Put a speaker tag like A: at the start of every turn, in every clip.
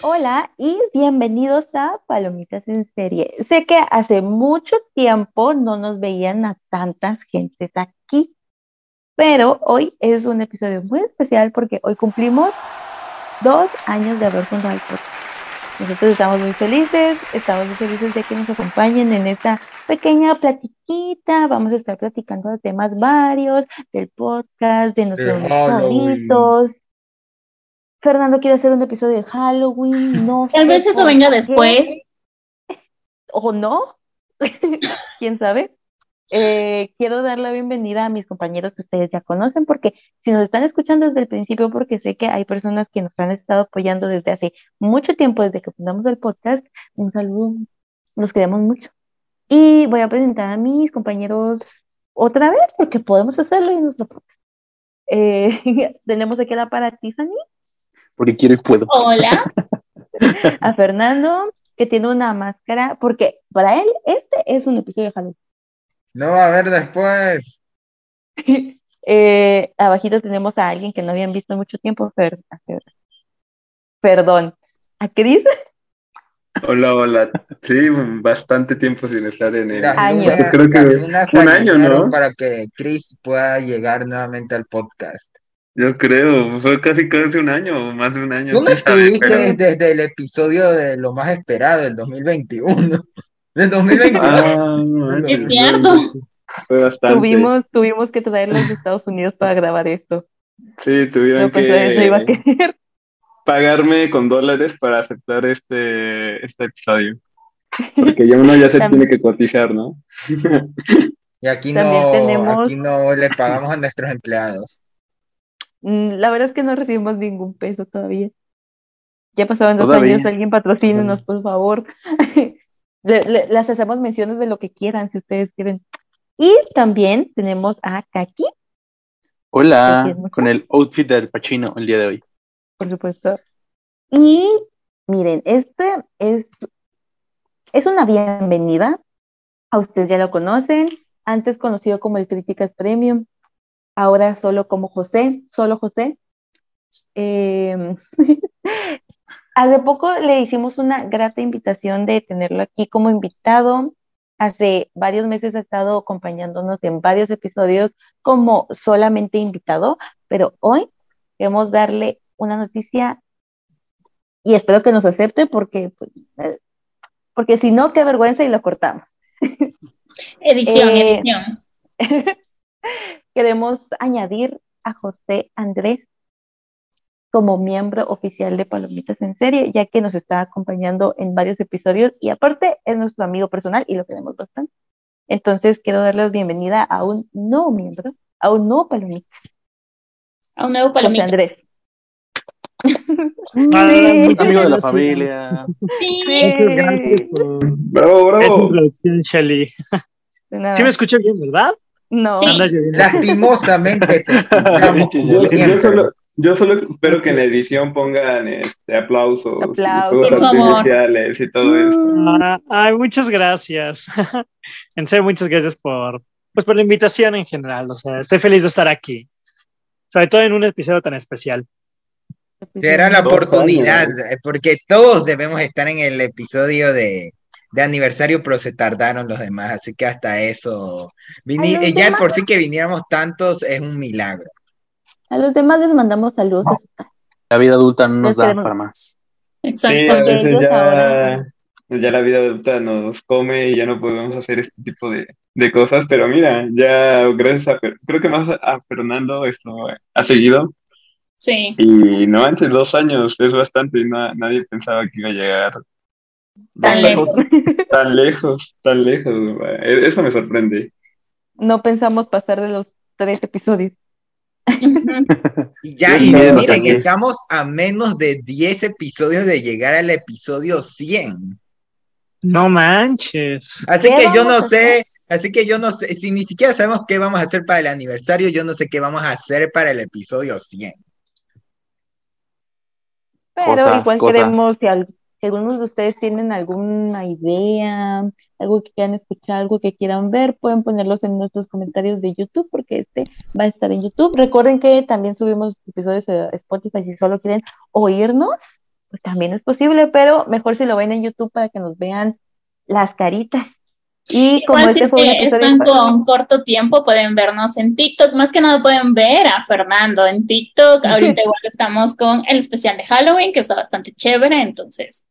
A: Hola y bienvenidos a Palomitas en Serie. Sé que hace mucho tiempo no nos veían a tantas gentes aquí, pero hoy es un episodio muy especial porque hoy cumplimos dos años de haber fundado el podcast. Nosotros estamos muy felices, estamos muy felices de que nos acompañen en esta pequeña platiquita. Vamos a estar platicando de temas varios, del podcast, de nuestros
B: De Halloween.
A: favoritos. Fernando quiere hacer un episodio de Halloween, no
C: Tal
A: sé
C: vez eso
A: por
C: venga
A: qué.
C: después.
A: o no, quién sabe. Eh, quiero dar la bienvenida a mis compañeros que ustedes ya conocen, porque si nos están escuchando desde el principio, porque sé que hay personas que nos han estado apoyando desde hace mucho tiempo, desde que fundamos el podcast, un saludo, los queremos mucho. Y voy a presentar a mis compañeros otra vez, porque podemos hacerlo y nos lo prometo. Eh, tenemos aquí a la para Tiffany,
B: Porque quiero y puedo.
C: Hola.
A: a Fernando, que tiene una máscara, porque para él este es un episodio de Halloween.
B: No va a haber después.
A: Eh, abajito tenemos a alguien que no habían visto en mucho tiempo, Fer- a Fer- perdón, a Cris,
D: Hola, hola. Sí, bastante tiempo sin estar en el.
B: Las
A: Año.
B: lunas,
D: Yo creo que
B: las lunas
D: un año,
B: alinearon
D: ¿no?
B: Para que Chris pueda llegar nuevamente al podcast.
D: Yo creo, fue casi casi un año, o más de un año.
B: Tú no
D: quién sabe,
B: estuviste
D: pero-
B: desde el episodio de lo más esperado, del 2021. Del 2022.
D: Ah, manches,
B: Es
C: cierto.
D: Fue bastante.
A: tuvimos, tuvimos que traerlos de Estados Unidos para grabar esto.
D: Sí, tuvieron
A: No
D: que
A: pensé que se iba a querer.
D: pagarme con dólares para aceptar este, este episodio. Porque ya uno ya se
A: También.
D: tiene que cotizar, ¿no?
B: Y aquí
A: También
B: no,
A: tenemos-
B: aquí no le pagamos a nuestros empleados.
A: Mm, La verdad es que no recibimos ningún peso todavía. Ya pasaron dos
D: Todavía.
A: años, alguien patrocínenos, por favor. Le- le- las hacemos menciones de lo que quieran, si ustedes quieren. Y también tenemos a Kaki, Así
E: Hola,
A: es, mucho.
E: con el outfit de Al Pacino el día de hoy.
A: por supuesto. Y miren, este es, es una bienvenida. A ustedes ya lo conocen, antes conocido como el Críticas Premium, ahora solo como José, solo José. Eh, hace poco le hicimos una grata invitación de tenerlo aquí como invitado. Hace varios meses ha estado acompañándonos en varios episodios como solamente invitado, pero hoy queremos darle una noticia y espero que nos acepte porque, pues, eh, porque si no, qué vergüenza y lo cortamos.
C: Edición,
A: Eh,
C: edición.
A: Queremos añadir a José Andrés como miembro oficial de Palomitas en Serie, ya que nos está acompañando en varios episodios y aparte es nuestro amigo personal y lo queremos bastante. Entonces quiero darles bienvenida a un nuevo miembro, a un nuevo palomita,
C: A un nuevo
A: José
C: palomito.
A: Andrés.
E: Muy amigo de la
F: Sí.
E: familia.
C: Sí.
A: Sí.
F: Muchas gracias por
E: Oh.
D: Bravo,
F: esa
D: bravo.
F: introducción, Shelly.
A: De nada.
F: Sí me escuchas bien, ¿verdad?
A: No,
C: Ah. Sí.
F: Andas lloviendo.
B: Lastimosamente te escuchamos
E: Yo-
B: como
D: Yo,
B: siempre.
D: yo solo, yo solo espero que en la edición pongan este, aplausos, y
A: Aplausos.
D: fuegos
C: Por favor.
D: artificiales y todo eso.
F: Ah, Ay, muchas gracias. en serio, muchas gracias por, pues, por la invitación en general. O sea, estoy feliz de estar aquí. Sobre todo en un episodio tan especial.
A: Pues
B: Que era la
D: Dos
B: oportunidad, eh, porque todos debemos estar en el episodio de, de aniversario, pero se tardaron los demás, así que hasta eso. vini-
A: Ay, los
B: eh, ya de
A: demás.
B: por sí que viniéramos tantos es un milagro.
A: A los demás les mandamos saludos a su
E: La vida adulta no
A: Nos
E: nos da
A: queremos.
E: para más.
D: Sí,
C: Exacto.
D: a
A: porque
D: veces
A: ellos ahora-
D: ya, pues ya la vida adulta nos come y ya no podemos hacer este tipo de, de cosas, pero mira, ya gracias a, Fer- creo que más a Fernando esto ha seguido
C: Sí.
D: y no antes dos años es bastante, na- nadie pensaba que iba a llegar
C: Tan lejos.
D: tan lejos, tan lejos, e- eso me sorprende.
A: no pensamos pasar de los tres episodios.
C: Ujú.
B: Y ya,
E: Sí,
B: y
E: miren, o sea
B: miren,
E: que-
B: estamos a menos de 10 episodios de llegar al episodio 100.
F: No manches.
B: Así
A: ¿Qué
B: que yo
A: vamos
B: no
A: a
B: sé,
A: hacer?
B: así que yo no sé, si ni siquiera sabemos qué vamos a hacer para el aniversario, yo no sé qué vamos a hacer para el episodio 100.
A: Pero
E: Cosas,
A: igual
E: cosas.
A: queremos, si, al- si algunos de ustedes tienen alguna idea, algo que quieran escuchar, algo que quieran ver, pueden ponerlos en nuestros comentarios de YouTube, porque este va a estar en YouTube. Recuerden que también subimos episodios a Spotify si solo quieren oírnos. pues también es posible, pero mejor si lo ven en YouTube para que nos vean las caritas. Y como
C: Igual si
A: este
C: es
A: fue un
C: que
A: episodio
C: están
A: para-
C: con corto tiempo, pueden vernos en TikTok. Más que nada pueden ver a Fernando en TikTok. Ahorita igual estamos con el especial de Halloween, que está bastante chévere, entonces.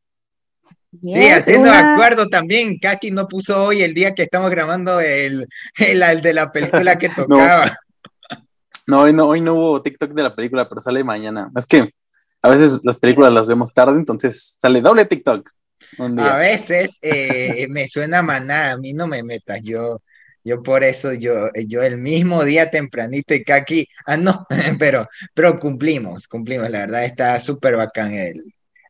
B: Sí,
A: Yes,
B: haciendo
A: una-
B: acuerdo también. Kaki no puso hoy el día que estamos grabando el, el, el de la película que tocaba.
E: No, hoy no, hoy no hubo TikTok de la película, pero sale mañana. Es que a veces las películas las vemos tarde, entonces sale doble TikTok. Un día.
B: A veces eh, me suena maná, a mí no me metas. Yo, yo por eso, yo, yo el mismo día tempranito y Kaki, ah, no, pero, pero cumplimos, cumplimos. La verdad está súper bacán el,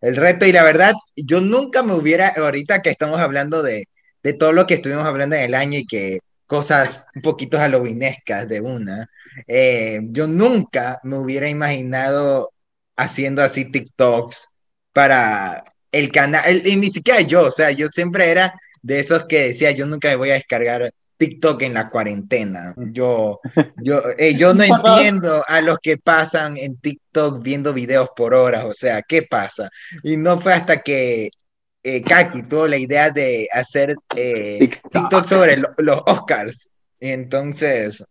B: el reto. Y la verdad, yo nunca me hubiera, ahorita que estamos hablando de, de todo lo que estuvimos hablando en el año y que cosas un poquito halloweenescas de una, eh, yo nunca me hubiera imaginado haciendo así TikToks para el canal, el- y ni siquiera yo, o sea, yo siempre era de esos que decía, yo nunca me voy a descargar TikTok en la cuarentena. Yo, yo, eh, yo no
C: Por favor.
B: entiendo a los que pasan en TikTok viendo videos por horas, o sea, ¿qué pasa? Y no fue hasta que eh, Kaki tuvo la idea de hacer eh,
E: TikTok.
B: TikTok sobre lo- los Oscars. Y entonces,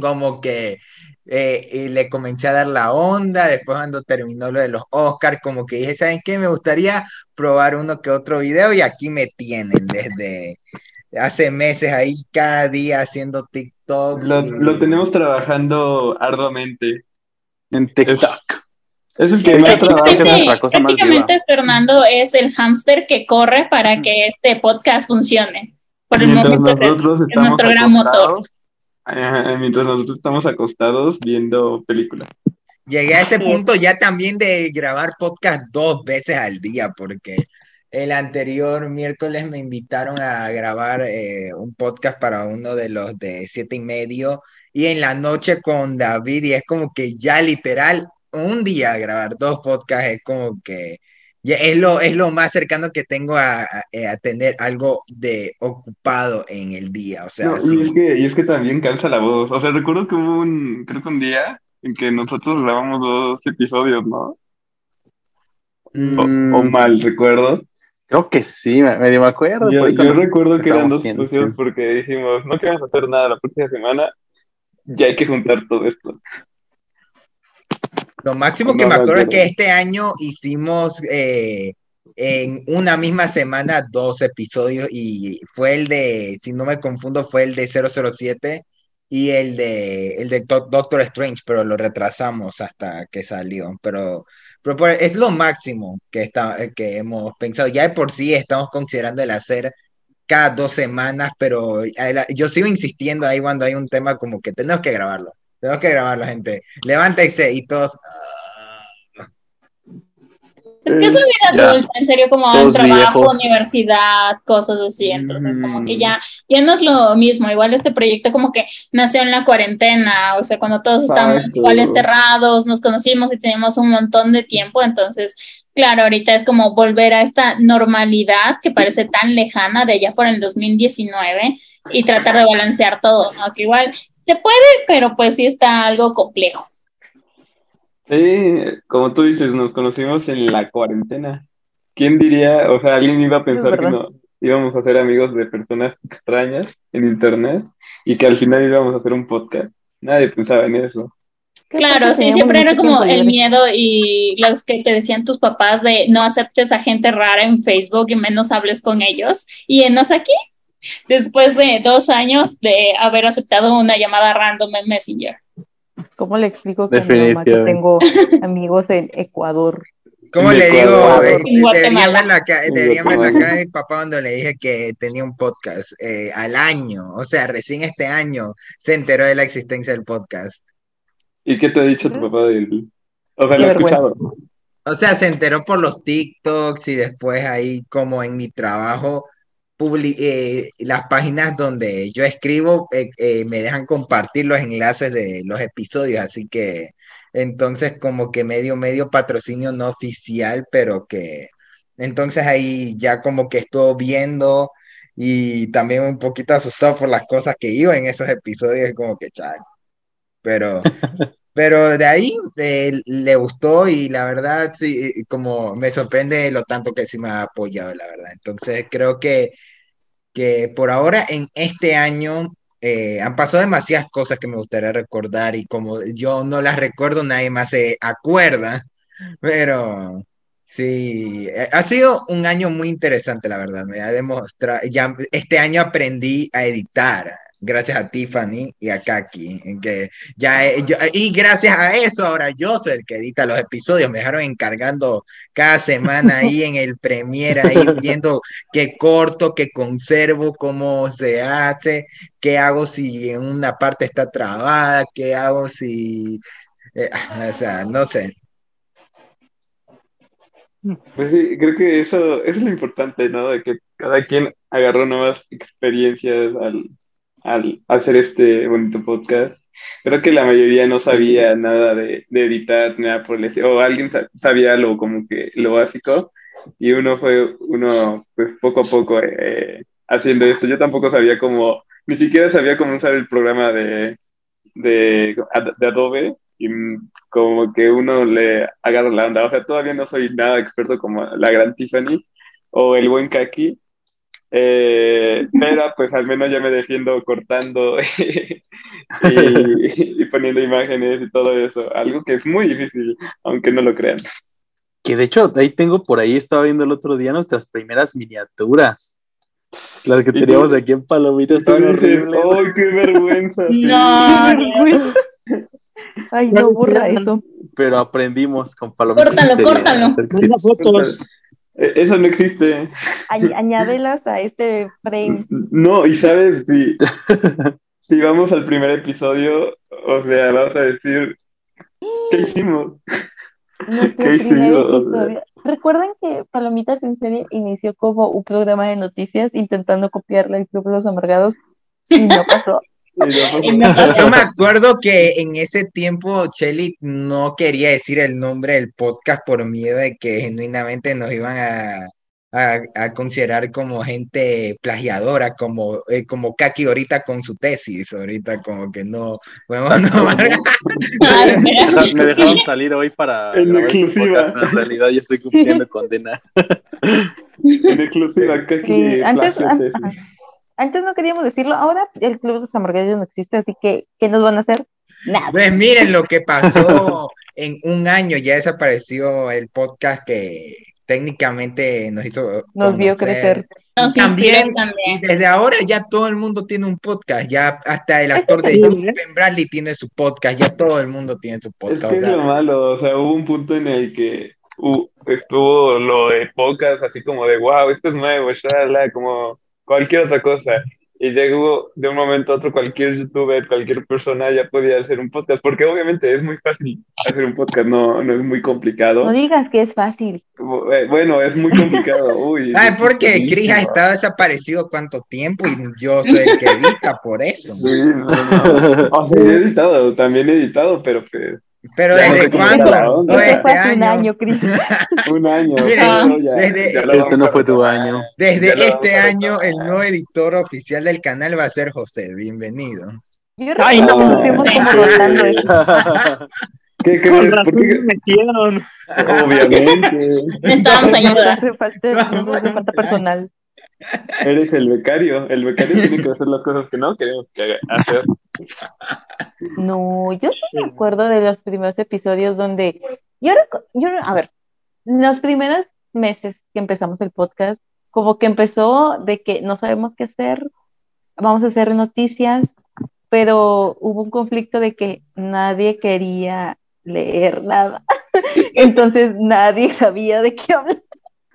B: como que eh, y le comencé a dar la onda, después cuando terminó lo de los Oscars, como que dije, ¿saben qué? Me gustaría probar uno que otro video y aquí me tienen desde hace meses ahí cada día haciendo TikToks.
D: Lo,
B: y-
D: lo tenemos trabajando arduamente.
E: En TikTok.
D: Es el que
E: De
D: más
E: hecho,
D: trabaja.
E: TikTok es
C: Prácticamente,
E: otra cosa más
C: prácticamente Fernando es el hámster que corre para que este podcast funcione. Por el
D: Mm. Mientras
C: momento es-
D: nosotros
C: es
D: estamos
C: nuestro gran motor.
D: acostados, ajá, mientras nosotros estamos acostados viendo películas.
B: Llegué a ese punto ya también de grabar podcast dos veces al día, porque el anterior miércoles me invitaron a grabar eh, un podcast para uno de los de siete y medio y en la noche con David y es como que ya literal un día grabar dos podcasts es como que ya es lo, es lo más cercano que tengo a, a- eh, a tener algo de ocupado en el día, o sea,
D: No,
B: sí.
D: y, es que, y es que también cansa la voz. O sea, recuerdo que hubo un, creo que un día en que nosotros grabamos dos episodios, ¿no? O,
E: Mm.
D: o mal, recuerdo.
E: Creo que sí, me, medio me acuerdo.
D: Yo,
E: por ahí
D: yo
E: cuando-
D: recuerdo que eran
E: estábamos
D: dos
E: haciendo,
D: episodios
E: sí.
D: porque dijimos, no queremos hacer nada la próxima semana, ya hay que juntar todo esto.
B: Lo máximo que
D: No,
B: me
D: no,
B: acuerdo es
D: pero-
B: que este año hicimos eh, en una misma semana dos episodios y fue el de, si no me confundo, fue el de 007 y el de, el de Do- Doctor Strange, pero lo retrasamos hasta que salió. Pero, pero por- es lo máximo que, está, que hemos pensado. Ya de por sí estamos considerando el hacer cada dos semanas, pero a la- yo sigo insistiendo ahí cuando hay un tema como que tenemos que grabarlo. Tenemos que grabarlo, gente. Levántense y todos. "Ah".
C: Es que es la vida
E: Eh, Ya.
C: adulta, en serio, como
E: Todos
C: trabajo,
E: viejos.
C: universidad, cosas así. Entonces, como que
E: Mm.
C: ya, ya no es lo mismo. Igual este proyecto como que nació en la cuarentena, o sea, cuando todos estábamos
D: Exacto.
C: igual encerrados, nos conocimos y teníamos un montón de tiempo. Entonces, claro, ahorita es como volver a esta normalidad que parece tan lejana de allá por el 2019 y tratar de balancear todo, ¿no? Que igual se puede, pero pues sí está algo complejo.
D: Sí, como tú dices, nos conocimos en la cuarentena. ¿Quién diría, o sea, alguien iba a pensar que
A: verdad.
D: no, íbamos a ser amigos de personas extrañas en internet y que al final íbamos a hacer un podcast? Nadie pensaba en eso.
A: ¿Qué pasa si
C: Claro, sí,
A: tenemos
C: siempre
A: mucho
C: era como
A: tiempo
C: el
A: libre?
C: miedo y los que te decían tus papás de no aceptes a gente rara en Facebook y menos hables con ellos. Y enos aquí, después de dos años de haber aceptado una llamada random en Messenger.
A: ¿Cómo le explico que a mi mamá que tengo
E: Definitivamente.
A: amigos en Ecuador?
B: ¿Cómo
D: En
B: le digo?
D: Ecuador.
B: Eh,
C: En
B: Debería
C: Guatemala.
B: ver la, ca-
D: En
B: debería ver la
D: Guatemala.
B: cara de mi papá cuando le dije que tenía un podcast eh, al año. O sea, recién este año se enteró de la existencia del podcast.
D: ¿Y qué te ha dicho tu papá del... O
A: Mm.
D: sea,
A: Qué
D: lo he
A: vergüenza.
D: escuchado.
B: O sea, se enteró por los TikToks y después ahí como en mi trabajo, publi- eh, las páginas donde yo escribo eh, eh, me dejan compartir los enlaces de los episodios, así que entonces como que medio, medio patrocinio no oficial, pero que entonces ahí ya como que estuvo viendo y también un poquito asustado por las cosas que iba en esos episodios, como que chale, pero... Pero de ahí eh, le gustó y la verdad, sí, eh, como me sorprende lo tanto que sí me ha apoyado, la verdad. Entonces creo que, que por ahora en este año eh, han pasado demasiadas cosas que me gustaría recordar y como yo no las recuerdo, nadie más se acuerda. Pero sí, eh, ha sido un año muy interesante, la verdad. Me ha demostrado, ya este año aprendí a editar, gracias a Tiffany y a Kaki, en que ya eh, yo- y gracias a eso ahora yo soy el que edita los episodios, me dejaron encargando cada semana ahí en el Premiere ahí viendo qué corto, qué conservo, cómo se hace, qué hago si en una parte está trabada, qué hago si eh, o sea, no sé.
D: Pues sí, creo que eso, eso es lo importante, ¿no? De que cada quien agarró nuevas experiencias al, al hacer este bonito podcast. Creo que la mayoría no
B: Sí.
D: sabía nada de, de editar, nada por el estilo. O alguien sa- sabía lo como que lo básico. Y uno fue, uno, pues poco a poco eh, haciendo esto. Yo tampoco sabía cómo, ni siquiera sabía cómo usar el programa de, de, de Adobe. Y mm, como que uno le agarra la onda. O sea, todavía no soy nada experto como la gran Tiffany o el buen Kaki. Eh, pero pues al menos ya me defiendo cortando y, y poniendo imágenes y todo eso. Algo que es muy difícil, aunque no lo crean.
E: Que de hecho, ahí tengo por ahí, estaba viendo el otro día nuestras primeras miniaturas. Las que
D: tú-
E: teníamos aquí en Palomitas estaban
D: Entonces,
E: horribles.
D: ¡Ay, ¡Oh, qué vergüenza! Sí.
C: No,
A: Ay, no, burra eso.
E: Pero aprendimos con Palomitas.
C: Córtalo,
E: en serie,
C: córtalo.
E: a hacer que sí.
F: Manda fotos.
D: Eh, Eso no existe.
A: Añ- añádelas a este frame.
D: No, y sabes, si, si vamos al primer episodio, o sea, vas a decir, ¿qué hicimos?
A: Nuestro
D: ¿Qué hicimos?
A: primer
D: O sea,
A: episodio. Recuerden que Palomitas en serie inició como un programa de noticias intentando copiarle al Club de los Amargados y no pasó.
D: y
C: Y
D: no-
C: no pasó.
B: Yo me acuerdo que en ese tiempo Chelly no quería decir el nombre del podcast por miedo de que genuinamente nos iban a, a- a considerar como gente plagiadora, como, eh, como Kaki ahorita con su tesis, ahorita como que no podemos nombrar.
C: Ay,
E: O sea,
C: espera.
E: me dejaron salir hoy para
D: En
E: grabar este
D: exclusiva.
E: podcast, pero En realidad, yo estoy cumpliendo condena.
D: en exclusiva, Kaki
A: Sí, antes,
D: plagió
A: an-
D: tesis.
A: ajá. antes no queríamos decirlo, ahora el Club de los Amargados no existe, así que ¿qué nos van a hacer? Nada.
B: Pues miren lo que pasó en un año, ya desapareció el podcast que técnicamente nos hizo
A: Nos vio
B: conocer.
A: crecer.
C: Nos
B: También-
C: inspiró
B: Y
C: también.
B: desde ahora ya todo el mundo tiene un podcast, ya hasta el actor de
F: increíble,
B: Jude Ben Bradley tiene su podcast, ya todo el mundo tiene su
D: Es
B: podcast.
D: que
B: o
D: es
B: sea,
D: lo malo, o sea, hubo un punto en el que hu- estuvo lo de pocas, así como de, wow, esto es nuevo, shalala, como cualquier otra cosa. Y llegó de un momento a otro cualquier youtuber, cualquier persona ya podía hacer un podcast, porque obviamente es muy fácil hacer un podcast, no, no es muy
A: No
D: complicado.
A: digas que es fácil.
D: Bu- eh, Bueno, es muy complicado, uy.
B: Ay,
D: es
B: porque Chris ha
D: dificilísimo.
B: estado desaparecido cuánto tiempo y yo soy el que edita por eso.
D: Sí, no, no. O sea, yo he editado, también he editado, pero pues,
B: Pero
D: Ya no
B: ¿desde
D: te quiero
B: cuándo?
D: la onda.
B: Todo
A: Eso
B: este
A: fue hace un
B: año.
A: año, Cris.
D: un año.
B: Mira,
D: pero ya-
B: desde-
D: ya lo
E: Este no
D: vamos a
E: fue tu
D: retomar.
E: año.
D: Ya lo
B: Desde
D: vamos
B: este
D: a
B: año, el
D: retomar.
B: nuevo editor oficial del canal va a ser José. Bienvenido.
A: Yo
F: Ay,
A: recuerdo que
D: no.
A: nos fuimos como
D: Sí.
A: rotando eso.
D: ¿Qué
F: Con
D: crees? ¿Por
F: razón
D: qué?
F: me metieron.
D: Obviamente,
C: Necesitábamos
A: Nos
C: ayuda.
A: hace falta, nos hace falta personal.
D: eres el becario. El becario tiene que hacer las cosas que no queremos que haga- hacer.
A: No, yo sí me acuerdo de los primeros episodios donde yo, recu- yo a ver, los primeros meses que empezamos el podcast, como que empezó de que no sabemos qué hacer, vamos a hacer noticias, pero hubo un conflicto de que nadie quería leer nada. Entonces nadie sabía de qué hablar.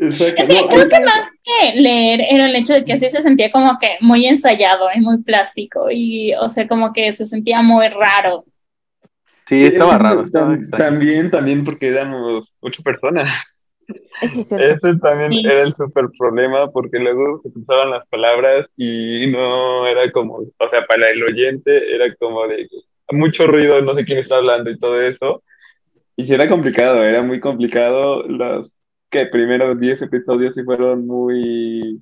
D: Exacto.
C: Es que
D: No,
C: creo que más que leer era el hecho de que así se sentía como que muy ensayado y muy plástico y, o sea, como que se sentía muy raro.
E: Sí, estaba
D: es que
E: raro, estaba
D: tam-
E: extraño.
D: También, también porque éramos ocho personas.
A: Es que es cierto.
D: Ese también
C: Sí.
D: era el súper problema porque luego se cruzaban las palabras y no era como, o sea, para el oyente era como de mucho ruido, no sé quién está hablando y todo eso. Y sí era complicado, era muy complicado. Los que primeros 10 episodios sí fueron muy,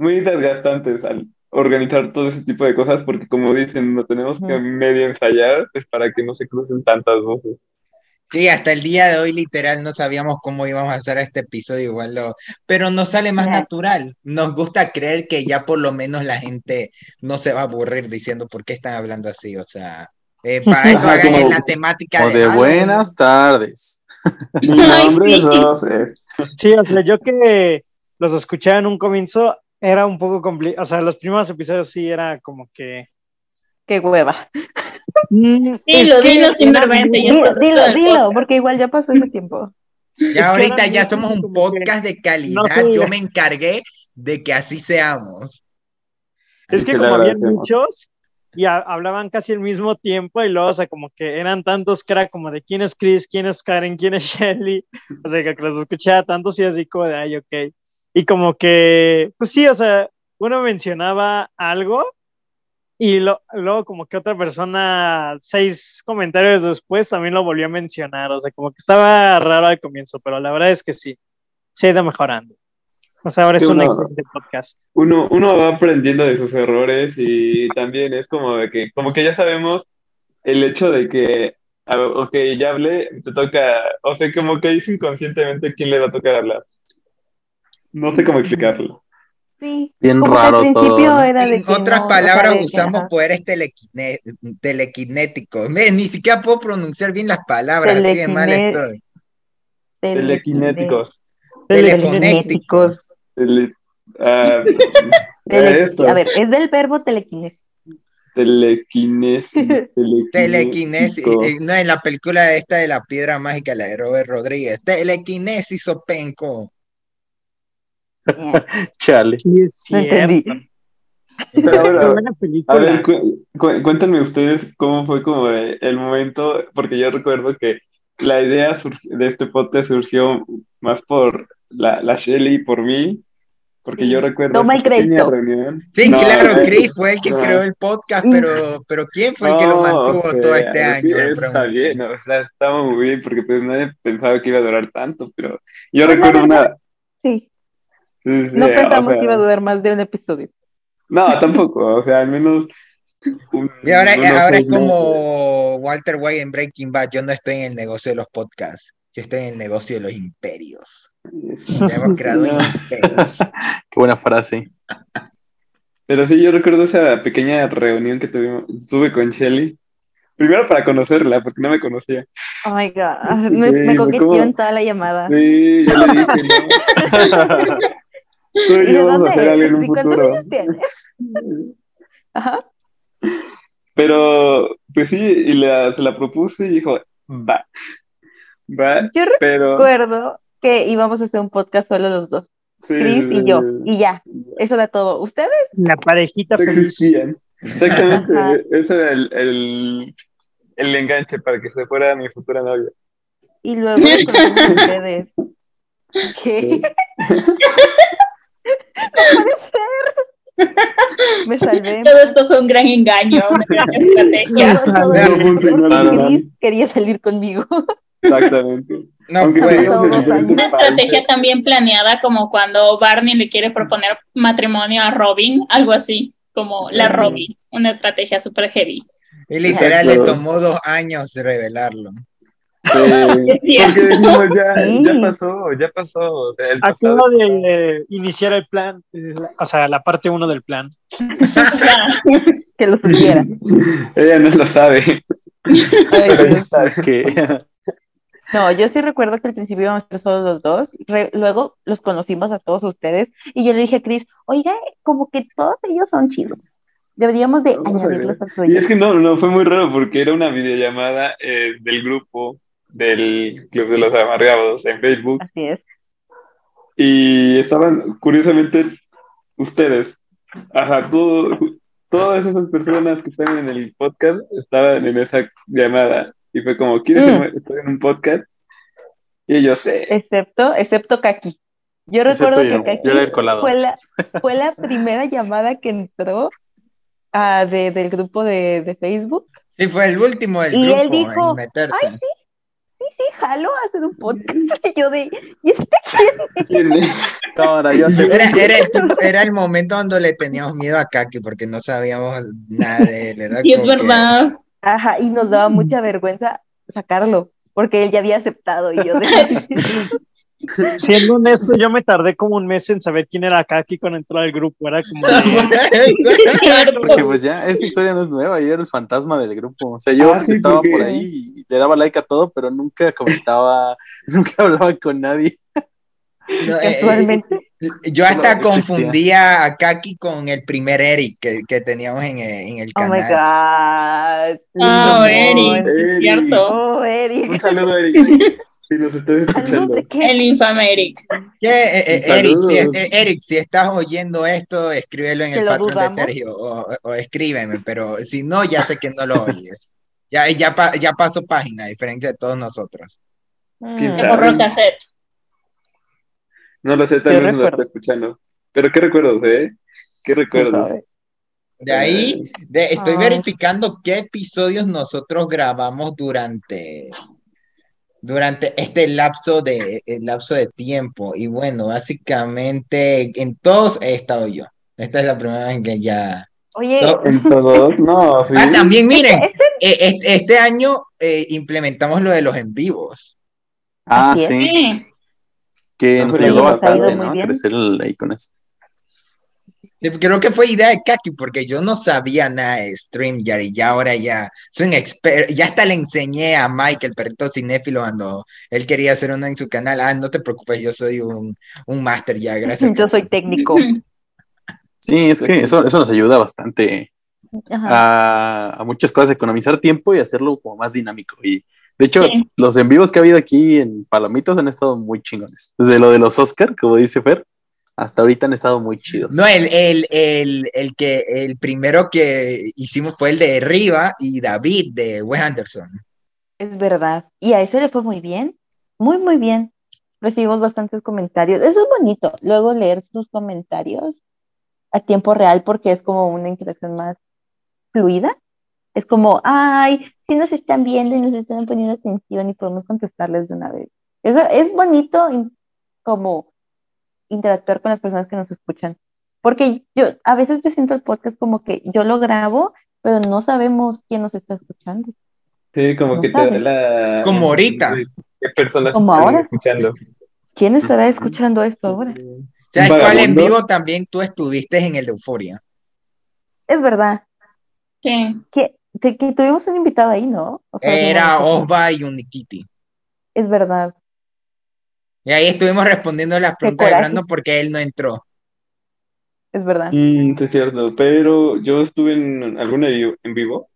D: muy desgastantes. al- organizar todo ese tipo de cosas porque como dicen, lo tenemos que
A: Ujú.
D: medio ensayar pues, para que no se crucen tantas voces.
B: Sí, hasta el día de hoy literal no sabíamos cómo íbamos a hacer este episodio, igual lo- pero nos sale más
A: Ajá.
B: natural. Nos gusta creer que ya por lo menos la gente no se va a aburrir diciendo por qué están hablando así, o sea, eh, para eso
D: Ajá,
B: hagan
D: como-
B: la temática
E: Ah, O de
B: Halloween.
E: buenas tardes.
D: No,
C: Ay,
D: hombre,
C: sí.
D: no sé.
F: Sí, o sea, yo que los escuchaba en un comienzo era un poco complicado, o sea, los primeros episodios sí era como que...
A: Qué hueva.
F: Mm,
C: Dilo,
F: es que
C: dilo sin
F: era
C: vergüenza,
F: muy-
C: ya
A: Dilo,
C: estás
A: dilo,
C: dentro del
A: dilo,
C: podcast.
A: porque igual ya pasó ese tiempo.
B: Ya
F: Es que
B: ahorita
F: ahora
B: ya
F: mismo
B: somos un
F: como que-
B: podcast de calidad,
F: sé.
B: yo me encargué de que así seamos.
F: Es que
D: Te lo
F: como habían
D: agradecemos.
F: muchos y ha- hablaban casi al mismo tiempo y luego, o sea, como que eran tantos que era como de quién es Chris, quién es Karen, quién es Shelly. O sea, que los escuchaba tantos y así como de, ay, ok. Y como que, pues sí, o sea, uno mencionaba algo y lo- luego como que otra persona, seis comentarios después, también lo volvió a mencionar. O sea, como que estaba raro al comienzo, pero la verdad es que sí, se ha ido mejorando. O sea, ahora es
D: Sí,
F: un
D: uno-
F: excelente podcast.
D: Uno, uno va aprendiendo de sus errores y también es como de que, como que ya sabemos el hecho de que, a ver, ok, ya hablé, te toca, o sea, como que dice inconscientemente quién le va a tocar hablar. No sé cómo explicarlo.
A: Sí.
E: Bien
A: Como
E: raro
A: que al
E: todo,
A: principio
E: ¿no?
A: era de
B: En
A: que
B: otras
A: no, o sea,
B: palabras,
A: de que,
B: usamos
A: ajá,
B: poderes telequine- telequinéticos. Me- ni siquiera puedo pronunciar bien las palabras, así de mal
A: Telequine-
B: estoy.
A: telequine-
D: Telequinéticos.
F: Telequinéticos.
B: Telefonéticos.
D: Tele, ah,
A: Telequi-
D: eso.
A: A ver, es del verbo telequinesis.
D: Telequines,
B: Telequinesis.
D: telequinético.
B: eh, No, en la película esta de la piedra mágica, la de Robert Rodríguez. Telequinesis Openco.
E: Chale.
F: Sí, es
A: No entendí.
F: cierto.
D: Pero a ver,
F: Qué
D: a ver,
F: buena película.
D: A ver, cu- cu- cuéntenme ustedes cómo fue como de- el momento, porque yo recuerdo que la idea sur- de este podcast surgió más por la, la Shelly y por mí, porque
A: Sí.
D: yo recuerdo
A: Toma
D: esa
A: el
D: pequeña
A: crédito.
D: reunión.
B: Sí,
D: No,
B: claro,
D: no,
B: Chris fue el que
D: no.
B: creó el podcast, pero, pero ¿quién fue el que lo
D: No,
B: mantuvo
D: o sea,
B: todo este
D: sí,
B: año? Me
D: está
B: pregunto.
D: bien, o sea, estaba muy bien, porque pues nadie pensaba que iba a durar tanto, pero
A: Pues la
D: yo recuerdo
A: verdad,
D: una...
A: Sí.
D: sí, sí,
A: No
D: o
A: pensamos que iba a
D: sea,
A: durar más de un episodio.
D: no, tampoco, o sea, al menos... un-
B: Y ahora,
D: unos
B: ahora es
D: seis meses.
B: como Walter White en Breaking Bad. Yo no estoy en el negocio de los podcasts. Yo estoy en el negocio de los imperios. Ya hemos creado
D: No.
B: imperios.
E: Qué buena frase.
D: Pero sí, yo recuerdo esa pequeña reunión que tuvimos, tuve con Shelly. Primero para conocerla, porque no me conocía.
A: Oh my God.
D: Sí,
A: Me, me
D: fue
A: coqueteó
D: como-
A: en toda la llamada.
D: Sí, yo le dije, no, tú
A: ¿Y
D: y
A: de
D: yo vamos a
A: dónde
D: hacer algo en
A: eres?
D: un
A: ¿Y cuántos
D: futuro.
A: años tienes? Ajá.
D: Pero, pues sí, y la, se la propuse y dijo, va, va,
A: Yo
D: pero...
A: recuerdo que íbamos a hacer un podcast solo los dos,
D: Sí,
A: Chris y yo, y ya.
D: sí,
A: Eso era todo. ¿Ustedes?
F: La parejita
D: no
F: feliz.
D: existían. Exactamente,
A: Ajá.
D: ese era el, el, el enganche para que se fuera mi futura novia.
A: Y luego los conocimos a ustedes. ¿Qué? Me salvé.
C: Todo esto fue un gran engaño, una gran estrategia.
A: Todo- todo-
B: No
D: funcionó
A: todo
D: nada.
A: Chris quería salir conmigo.
D: Exactamente.
B: No pues,
D: Aunque
B: puede
D: tuvimos
A: todos
B: ser.
A: los años.
D: diferentes
C: Una estrategia también planeada como cuando Barney le quiere proponer matrimonio a Robin, algo así, como la Robin, una estrategia super heavy.
B: Y literal le
D: Exacto.
B: tomó dos años revelarlo.
D: Eh,
C: Es
D: porque dijimos, ya,
A: Sí.
D: ya pasó, ya pasó. o sea, el pasado
F: Acabo
D: pasado.
F: de iniciar el plan, eh, la- o sea, la parte uno del plan.
A: Que lo supiera.
D: Ella no lo sabe,
A: Ay,
D: pero
A: Dios.
D: ya sabe.
E: Que
A: No, yo sí recuerdo que al principio íbamos a ser solo los dos, re- luego los conocimos a todos ustedes y yo le dije a Chris, oiga, como que todos ellos son chidos, deberíamos de
D: Vamos a
A: añadirlos al
D: Y es
A: proyecto.
D: que no, no, fue muy raro porque era una videollamada eh, del grupo del Club de los Amargados en Facebook
A: Así es.
D: y estaban, curiosamente, ustedes, ajá, todo- todas esas personas que están en el podcast estaban en esa llamada y fue como, ¿quieres
A: Mm.
D: estar en un podcast? Y ellos, sí.
A: Excepto, excepto Kaki. Yo
E: Excepto
A: recuerdo
E: yo.
A: que Kaki
E: Yo era el colado.
A: fue la, fue la primera llamada que entró ah, de- del grupo de, de Facebook.
B: Sí, fue el último del
A: Y él
B: grupo
A: dijo,
B: en meterse.
A: "Ay, sí, jalo a hacer un podcast. Y yo de, ¿y este
E: Ahora yo sé.
B: Era,
D: eh,
B: era el, tipo- era el momento cuando le teníamos miedo a Kaki porque no sabíamos nada de él. era
C: Y es
B: como que-
C: verdad.
A: Ajá, y nos daba mucha vergüenza sacarlo, porque él ya había aceptado y yo de...
F: Siendo honesto, yo me tardé como un mes en saber quién era Kaki cuando entró al grupo. Era como. de-
E: Porque pues ya, esta historia no es nueva, yo era el fantasma del grupo. O sea, yo
D: Ah, sí,
E: estaba
D: porque-
E: por ahí y le daba like a todo, pero nunca comentaba, nunca hablaba con nadie.
B: No, eh,
A: Casualmente.
B: yo hasta
E: No, no existía.
B: confundía a Kaki con el primer Eric que, que teníamos en, el- en el
A: Oh my
B: canal.
A: God.
C: Oh,
A: Ramón.
C: Eric, es cierto.
A: Oh, Eric.
D: Un saludo, Eric. Si nos estás
A: No
D: escuchando.
A: sé qué.
C: El infame Eric.
B: ¿Qué, eh, eh,
E: Un
B: Eric,
E: saludo.
B: si, es- eh, Eric, si estás oyendo esto, escríbelo en
A: ¿Que
B: el
A: lo
B: patrón de
A: dudamos?
B: Sergio o, o escríbeme, pero si no, ya sé que no lo oyes. Ya, ya, pa- ya paso página, a diferencia de todos nosotros.
A: Mm.
C: Que borró cassette.
D: No lo sé, tal
F: ¿Qué
D: vez nos está
F: recuerdos?
D: escuchando. Pero qué recuerdos, ¿eh? ¿Qué recuerdos?
B: De ahí, de- estoy
A: Ay.
B: verificando qué episodios nosotros grabamos durante, durante este lapso de, el lapso de tiempo. Y bueno, básicamente en todos he estado yo. Esta es la primera vez que ya.
A: Oye,
D: En todos, no, sí.
B: Ah, también miren,
A: este-
B: eh, es- este año eh, implementamos lo de los en vivos.
E: Ah,
A: Así es.
E: sí,
C: Sí.
E: que
D: No,
E: nos
D: pero
E: ayudó
D: nos ha ido
E: bastante,
A: muy
E: ¿no?
A: bien.
E: Crecer el- ahí con eso.
B: Creo que fue idea de Kaki, porque yo no sabía nada de StreamYard y ya ahora ya soy un experto. Ya hasta le enseñé a Mike, el perrito cinéfilo, cuando él quería hacer uno en su canal. Ah, no te preocupes, yo soy un, un máster ya, gracias.
A: yo soy técnico.
E: Sí, es que eso, eso nos ayuda bastante
A: Ajá.
E: a, a muchas cosas, economizar tiempo y hacerlo como más dinámico. Y de hecho,
C: Sí.
E: los en vivos que ha habido aquí en Palomitos han estado muy chingones. Desde lo de los Oscar, como dice Fer, hasta ahorita han estado muy chidos.
B: No, eh, el, el, el, el que, el primero que hicimos fue el de Riva y David de Wes Anderson.
A: Es verdad. Y a ese le fue muy bien. Muy, muy bien. Recibimos bastantes comentarios. Eso es bonito. Luego leer sus comentarios a tiempo real porque es como una interacción más fluida. Es como, ay, si nos están viendo y nos están poniendo atención y podemos contestarles de una vez. Eso es bonito in- como interactuar con las personas que nos escuchan. Porque yo a veces me siento el podcast como que yo lo grabo, pero no sabemos quién nos está escuchando.
D: Sí, como
A: No
D: que te da
A: sabes.
D: la.
B: Como ahorita.
D: ¿Qué personas
A: Como
D: están
A: ahora.
D: escuchando?
A: ¿Quién estará escuchando esto ahora?
C: Eh,
B: ¿Sabes
D: ¿Un
B: cuál en
D: vagabundo?
B: vivo también tú estuviste en el de Euforia?
A: Es verdad.
C: Sí.
A: Que, que, que tuvimos un invitado ahí, ¿no? O sea, de
B: Era
A: una-
B: Osva y Unikiti.
A: Es verdad.
B: Y ahí estuvimos respondiendo las preguntas de
A: coraje.
B: Brandon porque él no entró.
A: Es verdad.
D: Mm, sí, es cierto, pero yo estuve en alguna vi- en vivo.